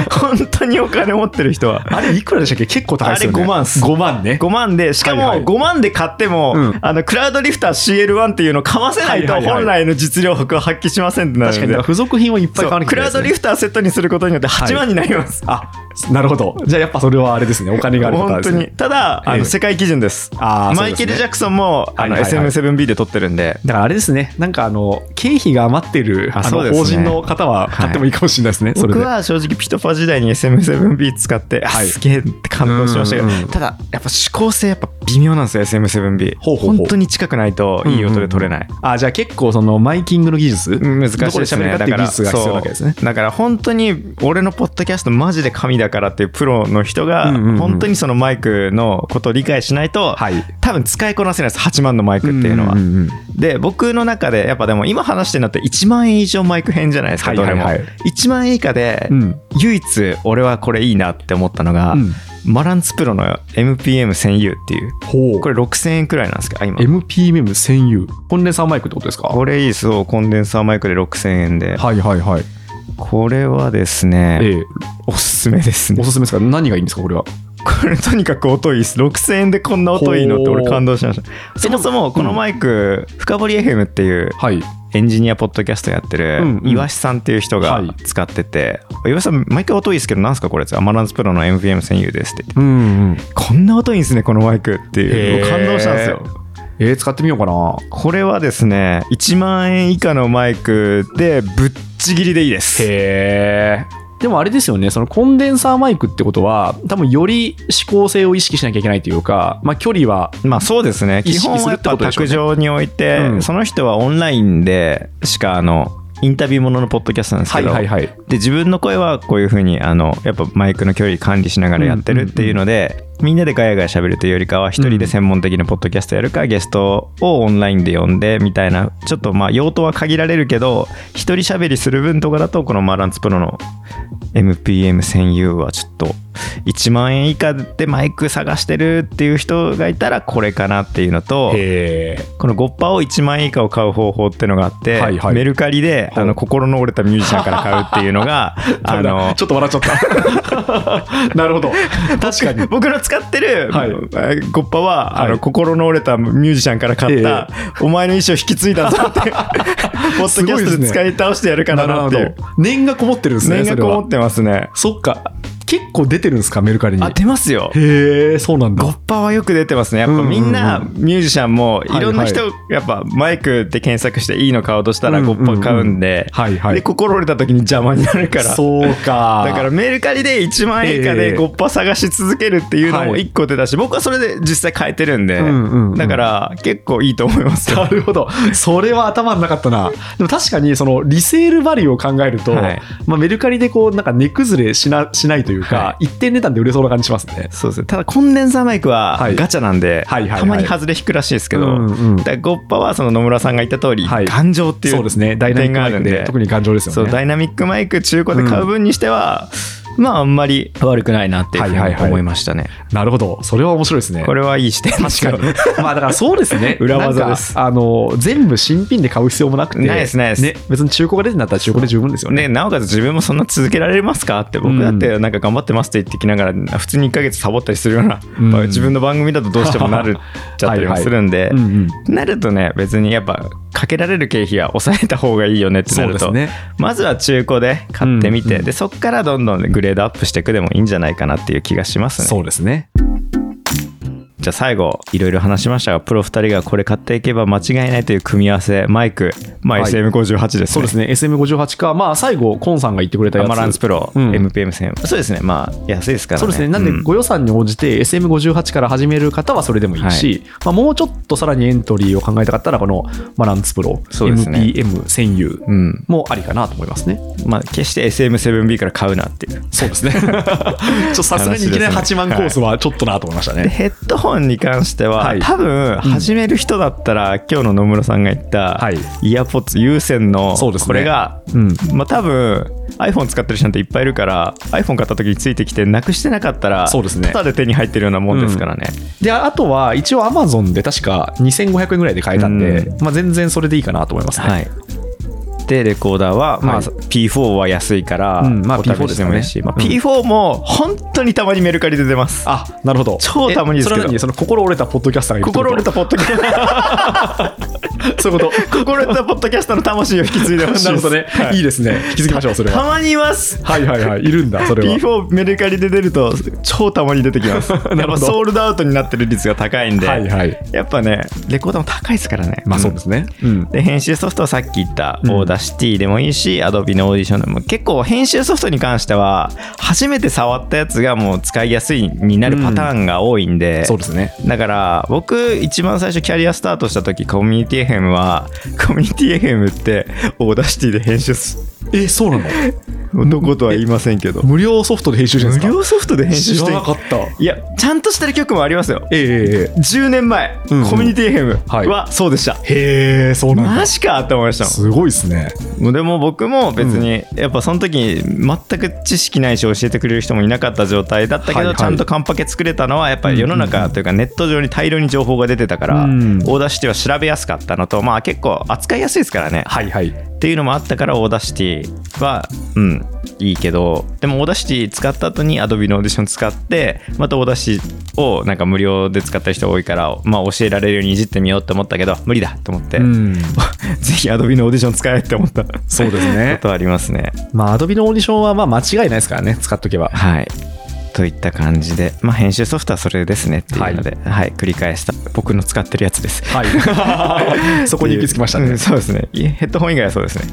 [SPEAKER 5] 本当にお金持ってる人は
[SPEAKER 2] あれ、いくらでしたっけ結構高いですよね。
[SPEAKER 5] あれ5万っす
[SPEAKER 2] 5万ね。
[SPEAKER 5] 5万でしか
[SPEAKER 2] はいはい
[SPEAKER 5] も5万で買っても、
[SPEAKER 2] うん
[SPEAKER 5] あのクラウドリフター CL1 っていうのを買わせないと
[SPEAKER 2] はいはいはい
[SPEAKER 5] 本来の実力を発揮しませんってなる
[SPEAKER 2] 確か
[SPEAKER 5] ので
[SPEAKER 2] に、だから付属品をいっぱい
[SPEAKER 5] そ
[SPEAKER 2] 買わ
[SPEAKER 5] う
[SPEAKER 2] なきゃい
[SPEAKER 5] ク
[SPEAKER 2] けな
[SPEAKER 5] ラウ
[SPEAKER 2] いです
[SPEAKER 5] ド
[SPEAKER 2] ね、
[SPEAKER 5] リフターセットにすることによって8万になります、
[SPEAKER 2] あ、なるほど。じゃあやっぱそれはあれですね。お金がある方
[SPEAKER 5] 本
[SPEAKER 2] で
[SPEAKER 5] 当
[SPEAKER 2] す
[SPEAKER 5] に
[SPEAKER 2] ね。
[SPEAKER 5] ただあ
[SPEAKER 2] ええ
[SPEAKER 5] の世界基準です
[SPEAKER 2] あーそう
[SPEAKER 5] マ
[SPEAKER 2] ですね
[SPEAKER 5] イケル・ジャクソンもあの
[SPEAKER 2] はいはいはい
[SPEAKER 5] SM7B で撮ってるんで
[SPEAKER 2] だからあれですね、なんかあの、経費が余ってる、
[SPEAKER 5] あ
[SPEAKER 2] あの、
[SPEAKER 5] そうですね
[SPEAKER 2] 法人の方は買ってもいいかもしれないですね。それ
[SPEAKER 5] 僕
[SPEAKER 2] で。
[SPEAKER 5] は正直ピトパ時代に SM7B 使って、あ
[SPEAKER 2] はい
[SPEAKER 5] すげえって感動しましたけど、
[SPEAKER 2] うんうんうん
[SPEAKER 5] ただやっぱ指向性やっぱ微妙なんですよ SM7B
[SPEAKER 2] ほうほうほう
[SPEAKER 5] 本当に近くないといい音で撮れない、
[SPEAKER 2] あ、じゃあ結構その、マイキングの技術
[SPEAKER 5] 難しいですね
[SPEAKER 2] どこで喋るかっていう技術が必要なわけですね。
[SPEAKER 5] そうだから本当に俺のポッドキャストマジで神だからっていうプロの人が
[SPEAKER 2] うんうんうん
[SPEAKER 5] 本当にそのマイクのことを理解しないと、
[SPEAKER 2] はい
[SPEAKER 5] 多分使いこなせないです8万のマイクっていうのは、
[SPEAKER 2] んんん
[SPEAKER 5] で僕の中でやっぱでも今話してるのって1万円以上マイク編じゃないですか、
[SPEAKER 2] はいはいはい
[SPEAKER 5] どれも1万円以下で
[SPEAKER 2] うん
[SPEAKER 5] 唯一俺はこれいいなって思ったのが、
[SPEAKER 2] うん
[SPEAKER 5] マランツプロの MPM1000U っていう
[SPEAKER 2] ほう。
[SPEAKER 5] これ6000円くらいなんですか今
[SPEAKER 2] MPMM1000U。コンデンサーマイクってことですか
[SPEAKER 5] これいいそうコンデンサーマイクで6000円で、
[SPEAKER 2] はいはいはい。
[SPEAKER 5] これはですね、
[SPEAKER 2] ええ
[SPEAKER 5] おすすめですね
[SPEAKER 2] おすすめですか何がいいんですかこれは。
[SPEAKER 5] これとにかく音いいです6000円でこんな音いいのって俺感動しましたそもそもこのマイク、深掘り FM っていう
[SPEAKER 2] はい。
[SPEAKER 5] エンジニアポッドキャストやってる
[SPEAKER 2] うんうん
[SPEAKER 5] 岩橋さんっていう人が
[SPEAKER 2] はい
[SPEAKER 5] 使ってて、岩橋さん毎回音いいですけどなんすかこれってアマランスプロの MVM1000U ですって言って
[SPEAKER 2] うんうん。
[SPEAKER 5] こんな音いいんですねこのマイクっていう
[SPEAKER 2] へー
[SPEAKER 5] 感動したんですよ
[SPEAKER 2] えー、使ってみようかな。
[SPEAKER 5] これはですね1万円以下のマイクでぶっちぎりでいいです
[SPEAKER 2] へでもあれですよね、そのコンデンサーマイクってことは、多分より指向性を意識しなきゃいけないというか、まあ距離は、
[SPEAKER 5] まあそうですね
[SPEAKER 2] 意
[SPEAKER 5] 基
[SPEAKER 2] 識
[SPEAKER 5] 本
[SPEAKER 2] す
[SPEAKER 5] はや
[SPEAKER 2] るっ
[SPEAKER 5] ってぱ
[SPEAKER 2] ことでしょう
[SPEAKER 5] 卓
[SPEAKER 2] ね
[SPEAKER 5] 上に置いて、
[SPEAKER 2] うん
[SPEAKER 5] その人はオンラインでしかあのインタビューもののポッドキャストなんですけ
[SPEAKER 2] はい
[SPEAKER 5] ど、
[SPEAKER 2] はいはい。
[SPEAKER 5] で自分の声はこういうふうにあのやっぱマイクの距離管理しながらやってるっていうので、みんなでガヤガヤ喋るというよりかは一人で専門的なポッドキャストやるか、ゲストをオンラインで呼んでみたいなちょっとまあ用途は限られるけど一人喋りする分とかだとこのマーランツプロの MPM1000U はちょっと1万円以下でマイク探してるっていう人がいたらこれかなっていうのと
[SPEAKER 2] へ
[SPEAKER 5] このゴッパを1万円以下を買う方法っていうのがあって、
[SPEAKER 2] はいはい
[SPEAKER 5] メルカリであの心の折れたミュージシャンから買うっていうの があの
[SPEAKER 2] ちょっと笑っちゃった。 なるほど。確かに。
[SPEAKER 5] 僕の使ってる、
[SPEAKER 2] はい
[SPEAKER 5] えーゴッパは、
[SPEAKER 2] はい
[SPEAKER 5] あの心の折れたミュージシャンから買った、お前の意思を引き継いだぞ ってポッドキャ
[SPEAKER 2] すごいで
[SPEAKER 5] ス
[SPEAKER 2] す
[SPEAKER 5] トで
[SPEAKER 2] ね
[SPEAKER 5] 使い倒してやるからなっていう
[SPEAKER 2] 念がこもってるんですね、
[SPEAKER 5] 念
[SPEAKER 2] そ
[SPEAKER 5] が
[SPEAKER 2] れ
[SPEAKER 5] こもっ
[SPEAKER 2] は。
[SPEAKER 5] てますね
[SPEAKER 2] そっか。結構出てるんですか、メルカリに。
[SPEAKER 5] あ出ますよ
[SPEAKER 2] へえ、そうなんだ
[SPEAKER 5] ゴッ。パはよく出てますねやっ
[SPEAKER 2] うんう
[SPEAKER 5] ぱ
[SPEAKER 2] んうん
[SPEAKER 5] みんなミュージシャンもいろんな
[SPEAKER 2] は
[SPEAKER 5] 人やっぱマイクで検索していいの買おうとしたら
[SPEAKER 2] うんう
[SPEAKER 5] ゴ
[SPEAKER 2] んうん
[SPEAKER 5] ッパ買うんで
[SPEAKER 2] はいはい
[SPEAKER 5] で心折れた時に邪魔になるから
[SPEAKER 2] そうか。
[SPEAKER 5] だからメルカリで1万円以下
[SPEAKER 2] ええ
[SPEAKER 5] でゴッパ探し続けるっていうの
[SPEAKER 2] は
[SPEAKER 5] も
[SPEAKER 2] い
[SPEAKER 5] 1個出たし、僕はそれで実際変えてるんで、
[SPEAKER 2] うんうんうん
[SPEAKER 5] だから結構いいと思いますよ
[SPEAKER 2] なるほど。それは頭になかったな。でも確かに、その、リセールバリューを考えると、
[SPEAKER 5] はい
[SPEAKER 2] まあ、メルカリでこう、なんか値崩れしなしないというか、
[SPEAKER 5] は
[SPEAKER 2] 一定値段で売れそうな感じしますね。
[SPEAKER 5] そうですねただコンデンサーマイクは
[SPEAKER 2] はい
[SPEAKER 5] ガチャなんで、
[SPEAKER 2] はいはいはい
[SPEAKER 5] たまに外れ引くらしいですけど、
[SPEAKER 2] うんうん
[SPEAKER 5] だからゴッパはその野村さんが言った通り、
[SPEAKER 2] はい
[SPEAKER 5] 頑丈っていう
[SPEAKER 2] そうですね。ダイナミックマイク
[SPEAKER 5] 点がある
[SPEAKER 2] で、
[SPEAKER 5] ん
[SPEAKER 2] 特に頑丈です
[SPEAKER 5] そ
[SPEAKER 2] よ
[SPEAKER 5] うダ
[SPEAKER 2] ね。
[SPEAKER 5] イナミックマイク中古で買う分にしては、まああんまり悪くないなっていうふう
[SPEAKER 2] はいはい
[SPEAKER 5] に
[SPEAKER 2] はい
[SPEAKER 5] 思いましたね、
[SPEAKER 2] なるほど。それは面白いですね。
[SPEAKER 5] これはいい視点ですよ
[SPEAKER 2] 確かに。まあ、だからそうです ね。
[SPEAKER 5] 裏技です
[SPEAKER 2] なんかあの、全部新品で買う必要もなくて。
[SPEAKER 5] ないですないです
[SPEAKER 2] ね。別に中古が出てんだったら中古で十分ですよね。
[SPEAKER 5] ね、なおかつ自分もそんな続けられますかって僕だってなんか頑張ってますって言ってきながら普通に1ヶ月サボったりするような、
[SPEAKER 2] うん
[SPEAKER 5] まあ自分の番組だとどうしてもなるちゃったりもするんで
[SPEAKER 2] うんうん。
[SPEAKER 5] なるとね別にやっぱかけられる経費は抑えた方がいいよねってなると、
[SPEAKER 2] そうですね
[SPEAKER 5] まずは中古で買ってみて、
[SPEAKER 2] うんうん
[SPEAKER 5] でそこからどんどんグレードアップしていくでもいいんじゃないかなっていう気がしますね。
[SPEAKER 2] そうですね。
[SPEAKER 5] じゃあ最後いろいろ話しましたがプロ2人がこれ買っていけば間違いないという組み合わせマイク、まあ、
[SPEAKER 2] はい
[SPEAKER 5] SM58 ですね。
[SPEAKER 2] そうですね。SM58 か、まあ、最後、コンさんが言ってくれたや
[SPEAKER 5] ア
[SPEAKER 2] つ。
[SPEAKER 5] マランスプロ、
[SPEAKER 2] うん
[SPEAKER 5] MPM1000 そうですねまあ安いですからね
[SPEAKER 2] そうですね。なんで、
[SPEAKER 5] う
[SPEAKER 2] ご予算に応じて SM58 から始める方はそれでもいいし、まあ、もうちょっとさらにエントリーを考えたかったら、このマランツプロ、
[SPEAKER 5] そうですね
[SPEAKER 2] MPM1000U
[SPEAKER 5] うん
[SPEAKER 2] もありかなと思いますね。
[SPEAKER 5] まあ決して SM7B から買うなっていう
[SPEAKER 2] そ うですね。ちょっとさすがにいきなり8万コースはちょっとなと思いました
[SPEAKER 5] で
[SPEAKER 2] ね。
[SPEAKER 5] ヘッドホンに関しては、
[SPEAKER 2] はい
[SPEAKER 5] 多分始める人だったら、今日の野村さんが言った、
[SPEAKER 2] はい
[SPEAKER 5] イヤポッツ有線の
[SPEAKER 2] そうですね
[SPEAKER 5] これが、
[SPEAKER 2] うん
[SPEAKER 5] まあ多分 iPhone 使ってる人なんていっぱいいるから iPhone 買った時についてきてなくしてなかったら
[SPEAKER 2] そうですね
[SPEAKER 5] タダで手に入ってるようなもんですからね、
[SPEAKER 2] で、あとは、一応 Amazon で確か2500円ぐらいで買えたんで、
[SPEAKER 5] う
[SPEAKER 2] まあ、全然それでいいかなと思いますね。
[SPEAKER 5] はいでレコーダーは、まあ、
[SPEAKER 2] はい
[SPEAKER 5] P4 は安いから、
[SPEAKER 2] うんまあ
[SPEAKER 5] お試し
[SPEAKER 2] P4 です
[SPEAKER 5] で
[SPEAKER 2] かね
[SPEAKER 5] もいいし、まあ
[SPEAKER 2] うん
[SPEAKER 5] P4 も本当にたまにメルカリで出ます
[SPEAKER 2] あ、なるほど。
[SPEAKER 5] 超たまにですけど
[SPEAKER 2] えそれは何その心折れたポッドキャスターがいるってこと
[SPEAKER 5] 心折れたポッドキャス トそういうこと心折れたポッドキャストの魂を引き継いでほしい
[SPEAKER 2] な
[SPEAKER 5] で
[SPEAKER 2] る
[SPEAKER 5] す
[SPEAKER 2] ほどね、、
[SPEAKER 5] はい
[SPEAKER 2] いですね。気づきましょう、それ
[SPEAKER 5] た
[SPEAKER 2] は。
[SPEAKER 5] まにいます
[SPEAKER 2] はいはいはい、いるんだ、それは。
[SPEAKER 5] P4 メルカリで出ると超たまに出てき ますやっ
[SPEAKER 2] ほ
[SPEAKER 5] ぱ
[SPEAKER 2] ど
[SPEAKER 5] ソールドアウトになってる率が高いんで、
[SPEAKER 2] はいはい。
[SPEAKER 5] やっぱねレコーダーも高いですからね
[SPEAKER 2] まあそうですね。うん。
[SPEAKER 5] で編集ソフトはさっき言った
[SPEAKER 2] うん
[SPEAKER 5] オーダーシティでもいいし、Adobe のオーディションでも結構編集ソフトに関しては初めて触ったやつがもう使いやすいになるパターンが多いんで、
[SPEAKER 2] そうですね。
[SPEAKER 5] だから僕一番最初キャリアスタートした時コミュニティ FM は コミュニティ FM ってオーダーシティで編集す
[SPEAKER 2] え、そうなの
[SPEAKER 5] のことは言いませんけど
[SPEAKER 2] 無料ソフトで編集してるん
[SPEAKER 5] 無
[SPEAKER 2] ですか
[SPEAKER 5] 料ソフトで編集し
[SPEAKER 2] 知
[SPEAKER 5] て
[SPEAKER 2] らなかった。
[SPEAKER 5] いやちゃんとしてる曲もありますよ
[SPEAKER 2] えええ
[SPEAKER 5] 10年前、
[SPEAKER 2] うんうん
[SPEAKER 5] コミュニティ FM
[SPEAKER 2] はい
[SPEAKER 5] はそうでした、
[SPEAKER 2] えへえ、そうなんだ
[SPEAKER 5] マ。ジかって思いましたもん
[SPEAKER 2] すごいですね。
[SPEAKER 5] でも僕も別にやっぱその時全く知識ないし教えてくれる人もいなかった状態だったけど、
[SPEAKER 2] はいはい
[SPEAKER 5] ちゃんとカンパケ作れたのはやっぱり世の中というかネット上に大量に情報が出てたから、
[SPEAKER 2] うん
[SPEAKER 5] オーダーシティは調べやすかったのとまあ結構扱いやすいですからね、
[SPEAKER 2] はいはい。
[SPEAKER 5] っていうのもあったからオーダーシティはうんいいけどでもオーダーシティ使った後に Adobe のオーディション使ってまたオーダーシティをなんか無料で使った人多いから、まあ、教えられるようにいじってみようって思ったけど無理だと思って、
[SPEAKER 2] うん。
[SPEAKER 5] ぜひ Adobe のオーディション使えって思った
[SPEAKER 2] そうですね
[SPEAKER 5] ことはありますね
[SPEAKER 2] まあ、Adobe のオーディションはまあ間違いないですからね、使っとけば。
[SPEAKER 5] はいといった感じで、まあ、編集ソフトはそれですねっていうので、はい繰り返した僕の使ってるやつです
[SPEAKER 2] はい。 そこに行き着きました
[SPEAKER 5] う
[SPEAKER 2] ね
[SPEAKER 5] ん。そうですねいえヘッドホン以外はそうですね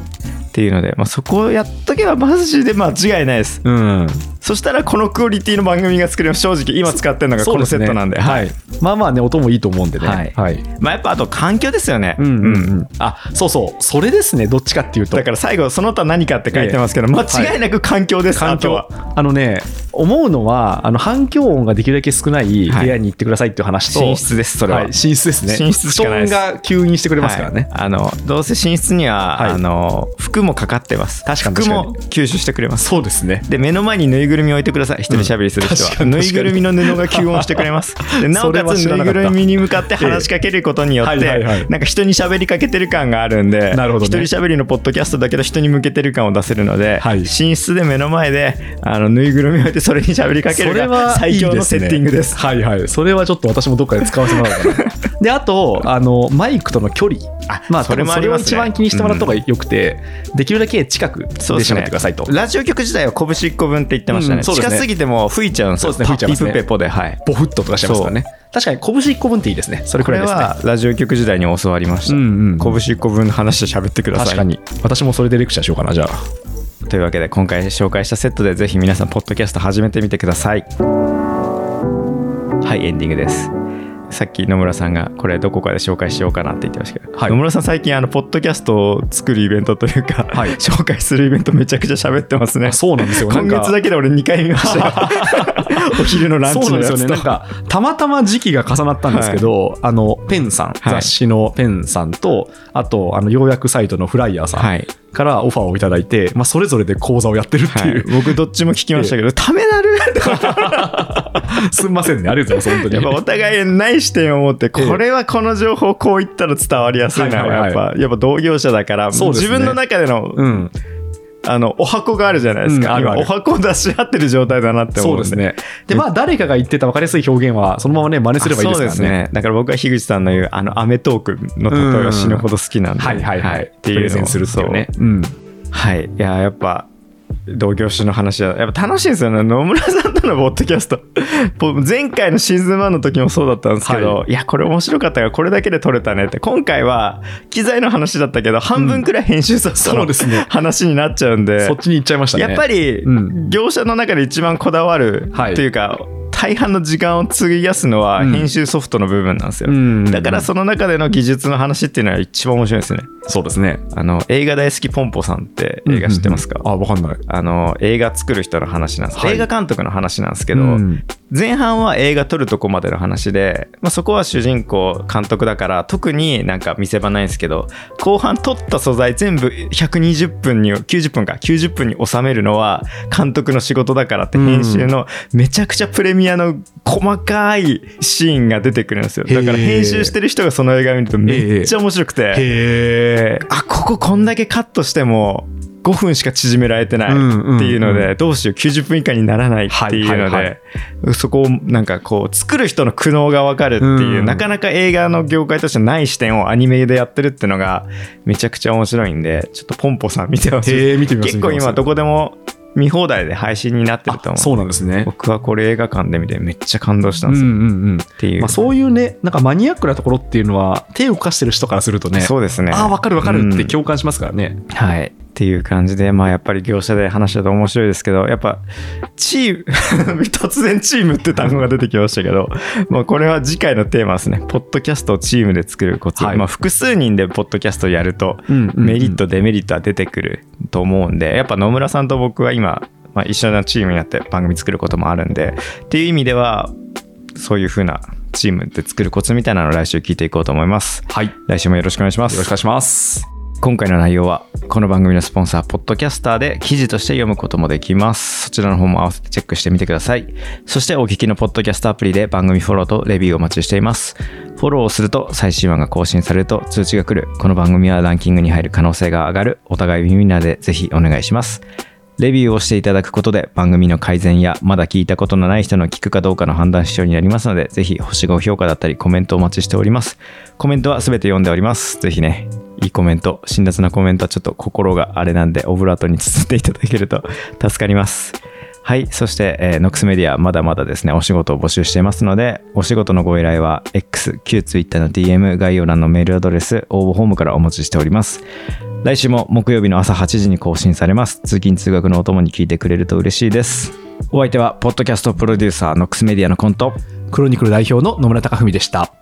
[SPEAKER 5] っていうので、まあ、そこをやっとけばマジで間違いないです
[SPEAKER 2] うん。
[SPEAKER 5] そしたらこのクオリティの番組が作れます正直今使ってるのがこのセットなんで
[SPEAKER 2] そうすねはい。まあまあね、音もいいと思うんでね。
[SPEAKER 5] はい
[SPEAKER 2] はい。
[SPEAKER 5] まあ、やっぱあと環境ですよね
[SPEAKER 2] うんうんうん。あ、そうそう。それですね、どっちかっていうと。
[SPEAKER 5] だから最後その他何かって書いてますけど、
[SPEAKER 2] ええ
[SPEAKER 5] 間違いなく環境です、
[SPEAKER 2] 環
[SPEAKER 5] あと
[SPEAKER 2] 境
[SPEAKER 5] は
[SPEAKER 2] あのね思うのはあの反響音ができるだけ少ない部
[SPEAKER 5] はい
[SPEAKER 2] 屋に行ってくださいっていう話と、
[SPEAKER 5] 寝室ですそれは、
[SPEAKER 2] い寝室ですね
[SPEAKER 5] 寝室しかないです
[SPEAKER 2] 布団が吸引してくれますからね、
[SPEAKER 5] はいあのどうせ寝室には、
[SPEAKER 2] はい
[SPEAKER 5] あの服もかかってます
[SPEAKER 2] 確かに
[SPEAKER 5] 服
[SPEAKER 2] 確か
[SPEAKER 5] も
[SPEAKER 2] に
[SPEAKER 5] 吸収してくれます
[SPEAKER 2] そうですね
[SPEAKER 5] で目の前にぬいぐるみ置いてください一人喋りする人
[SPEAKER 2] 確
[SPEAKER 5] は、
[SPEAKER 2] かに
[SPEAKER 5] ぬいぐるみの布が吸音してくれますでなおかつ
[SPEAKER 2] それは知ら
[SPEAKER 5] ぬい
[SPEAKER 2] なか
[SPEAKER 5] ぐ
[SPEAKER 2] った
[SPEAKER 5] るみに向かって話しかけることによって、
[SPEAKER 2] ええはいはいはい
[SPEAKER 5] なんか人に喋りかけてる感があるんで
[SPEAKER 2] なるほどね
[SPEAKER 5] 一人喋りのポッドキャストだけど人に向けてる感を出せるので、
[SPEAKER 2] はい
[SPEAKER 5] 寝室で目の前であのぬいぐるみ置いてそれに喋りかけるが最強のセッティングです
[SPEAKER 2] はいはいそれはちょっと私もどっかで使わせてもらおうかな であとあのマイクとの距離
[SPEAKER 5] あ
[SPEAKER 2] まあ
[SPEAKER 5] それもあ
[SPEAKER 2] 多
[SPEAKER 5] り
[SPEAKER 2] 分それを
[SPEAKER 5] ますね
[SPEAKER 2] 一番気にしてもらった方がよくて、できるだけ近くで
[SPEAKER 5] そうです
[SPEAKER 2] 喋っ
[SPEAKER 5] ね
[SPEAKER 2] てくださいと
[SPEAKER 5] ラジオ局自体は拳1個分って言ってましたね,、
[SPEAKER 2] うんそうです
[SPEAKER 5] 近
[SPEAKER 2] ね
[SPEAKER 5] すぎても吹いちゃうんですよ
[SPEAKER 2] そうですね吹いちゃいますね
[SPEAKER 5] パピプペポではい
[SPEAKER 2] ボフッととかしちゃいますからね確かに拳1個分っていいですねそれ
[SPEAKER 5] こ
[SPEAKER 2] くら
[SPEAKER 5] れ
[SPEAKER 2] いですね
[SPEAKER 5] はラジオ局時代に教わりました、
[SPEAKER 2] うんうん
[SPEAKER 5] 拳1個分の話で喋ってください
[SPEAKER 2] 確かに私もそれでレクチャーしようかなじゃあ
[SPEAKER 5] というわけで今回紹介したセットでぜひ皆さんポッドキャスト始めてみてくださいはいエンディングですさっき野村さんがこれどこかで紹介しようかなって言ってましたけど、
[SPEAKER 2] はい
[SPEAKER 5] 野村さん最近あのポッドキャストを作るイベントというか、
[SPEAKER 2] はい
[SPEAKER 5] 紹介するイベントめちゃくちゃ喋ってますね
[SPEAKER 2] あそうなんですよな
[SPEAKER 5] 今
[SPEAKER 2] んか
[SPEAKER 5] 月だけで俺2回見ました よお昼のランチ
[SPEAKER 2] そうな
[SPEAKER 5] のや
[SPEAKER 2] んです
[SPEAKER 5] つ
[SPEAKER 2] よね。
[SPEAKER 5] と
[SPEAKER 2] なんか、たまたま時期が重なったんですけど、あの、ペンさ
[SPEAKER 5] い
[SPEAKER 2] ん、雑誌のペンさんと、あと、あの、要約サイトのフライヤーさ
[SPEAKER 5] は
[SPEAKER 2] ん
[SPEAKER 5] い、
[SPEAKER 2] からオファーをいただいて、まあ、それぞれで講座をやってるって、、
[SPEAKER 5] はいいう僕どっちも聞きましたけどためなるとか
[SPEAKER 2] すんませんね。ありがとうございます、
[SPEAKER 5] や
[SPEAKER 2] 本
[SPEAKER 5] っぱ
[SPEAKER 2] 当
[SPEAKER 5] お
[SPEAKER 2] に。
[SPEAKER 5] 互いない視点を持って
[SPEAKER 2] ええ
[SPEAKER 5] これはこの情報こう言ったら伝わりやすいな
[SPEAKER 2] はいはいは
[SPEAKER 5] や
[SPEAKER 2] い
[SPEAKER 5] っぱやっぱ同業者だから
[SPEAKER 2] そうです
[SPEAKER 5] 自
[SPEAKER 2] ね
[SPEAKER 5] 分の中での
[SPEAKER 2] うん、
[SPEAKER 5] あの、お箱があるじゃないですか。
[SPEAKER 2] うんあるある
[SPEAKER 5] 今お箱を出し合ってる状態だなって思
[SPEAKER 2] そう
[SPEAKER 5] うん
[SPEAKER 2] うです。ね。で、まあ、誰かが言ってた分かりやすい表現は、そのままね、真似すればいいですからね。
[SPEAKER 5] そうですね。だから僕は樋口さんの言う、あの、アメトークの例えが死ぬほど好きなんで。
[SPEAKER 2] はいはいはい。
[SPEAKER 5] っていうの
[SPEAKER 2] プ
[SPEAKER 5] を
[SPEAKER 2] レゼンするっていうね。うん
[SPEAKER 5] はい。いや、やっぱ、同業種の話は、やっぱ楽しいですよね。野村さんとのポッドキャスト。 ぽ前回のシーズン1の時もそうだったんですけど、、
[SPEAKER 2] はい
[SPEAKER 5] や、これ面白かったから、これだけで撮れたねって。今回は、機材の話だったけど、半分くらい編集させたの、
[SPEAKER 2] そうですね
[SPEAKER 5] 話になっちゃうんで。
[SPEAKER 2] そっちに行っちゃいましたね。
[SPEAKER 5] やっぱ
[SPEAKER 2] り、
[SPEAKER 5] り、
[SPEAKER 2] うん
[SPEAKER 5] 業者の中で一番こだわる
[SPEAKER 2] はい
[SPEAKER 5] というか、大半の時間を費やすのは
[SPEAKER 2] うん
[SPEAKER 5] 編集ソフトの部分なんですよ、
[SPEAKER 2] うん
[SPEAKER 5] だからその中での技術の話っていうのは一番面白いですね
[SPEAKER 2] そうですね。
[SPEAKER 5] あの映画大好きポンポさんって映画知ってますか、
[SPEAKER 2] あ、わかんない。
[SPEAKER 5] あの映画作る人の話なんです、
[SPEAKER 2] はい
[SPEAKER 5] 映画監督の話なんですけ
[SPEAKER 2] け
[SPEAKER 5] ど、前半は映画撮るとこまでの話で、まあ、そこは主人公監督だから特になんか見せ場ないんですけど後半撮った素材全部120分に90分か90分に収めるのは監督の仕事だからって
[SPEAKER 2] うん
[SPEAKER 5] 編集のめちゃくちゃプレミアの細かいシーンが出てくるんですよだから
[SPEAKER 2] へー
[SPEAKER 5] 編集してる人がその映画見るとめっちゃ面白くて、
[SPEAKER 2] へえ。
[SPEAKER 5] あこここんだけカットしても5分しか縮められてない
[SPEAKER 2] うんうん
[SPEAKER 5] っていうので、どうしよう90分以下にならないっていうので、
[SPEAKER 2] はいはい
[SPEAKER 5] そこをなんかこう作る人の苦悩が分かるっていう、
[SPEAKER 2] うん
[SPEAKER 5] なかなか映画の業界としてない視点をアニメでやってるっていうのがめちゃくちゃ面白いんでちょっとポンポさん見てほしい
[SPEAKER 2] へえ、見てみます
[SPEAKER 5] 結構今ど
[SPEAKER 2] こ
[SPEAKER 5] こでも見放題で配信になってると思う
[SPEAKER 2] そうなんですね。
[SPEAKER 5] 僕はこれ映画館で見てめっちゃ感動した
[SPEAKER 2] うんん
[SPEAKER 5] で
[SPEAKER 2] う
[SPEAKER 5] すよ、
[SPEAKER 2] んうん。
[SPEAKER 5] っていう、
[SPEAKER 2] まあ、そういうね、なんかマニアックなところっていうのは、手を動かしてる人からするとね、
[SPEAKER 5] そうですね
[SPEAKER 2] ああ、わかるわかるって
[SPEAKER 5] うん
[SPEAKER 2] 共感しますからね。
[SPEAKER 5] はい。っていう感じで、まあやっぱり業者で話したと面白いですけど、やっぱチーム、 突然チームって単語が出てきましたけど、まあこれは次回のテーマですね。ポッドキャストをチームで作るコツ。
[SPEAKER 2] はい
[SPEAKER 5] まあ複数人でポッドキャストやると、
[SPEAKER 2] うんうん
[SPEAKER 5] メリット、デメリットは出てくると思うんで、やっぱ野村さんと僕は今、まあ、一緒のチームになって番組作ることもあるんで、っていう意味では、そういう風なチームで作るコツみたいなのを来週聞いていこうと思います。
[SPEAKER 2] はい。よ
[SPEAKER 5] 来週もよろしくお願いしま
[SPEAKER 2] ろしくお願いします。
[SPEAKER 5] 今回の内容はこの番組のスポンサーポッドキャスターで記事として読むこともできますそちらの方も合わせてチェックしてみてくださいそしてお聞きのポッドキャストアプリで番組フォローとレビューをお待ちしていますフォローをすると最新話が更新されると通知が来るこの番組はランキングに入る可能性が上がるお互い耳なでぜひお願いしますレビューをしていただくことで番組の改善やまだ聞いたことのない人の聞くかどうかの判断指標になりますのでぜひ星5評価だったりコメントをお待ちしておりますコメントは全て読んでおりますぜひねいいコメント辛辣なコメントはちょっと心があれなんでオブラートに包んでいただけると助かりますはい。そして、えーノックスメディア、まだまだですね、お仕事を募集していますので、お仕事のご依頼は、X、旧 Twitter の DM、概要欄のメールアドレス、応募ホームからお持ちしております。来週も木曜日の朝8時に更新されます。通勤・通学のお供に聞いてくれると嬉しいです。お相手は、ポッドキャストプロデューサー、ノックスメディアのコント。
[SPEAKER 2] クロニクル代表の野村貴文でした。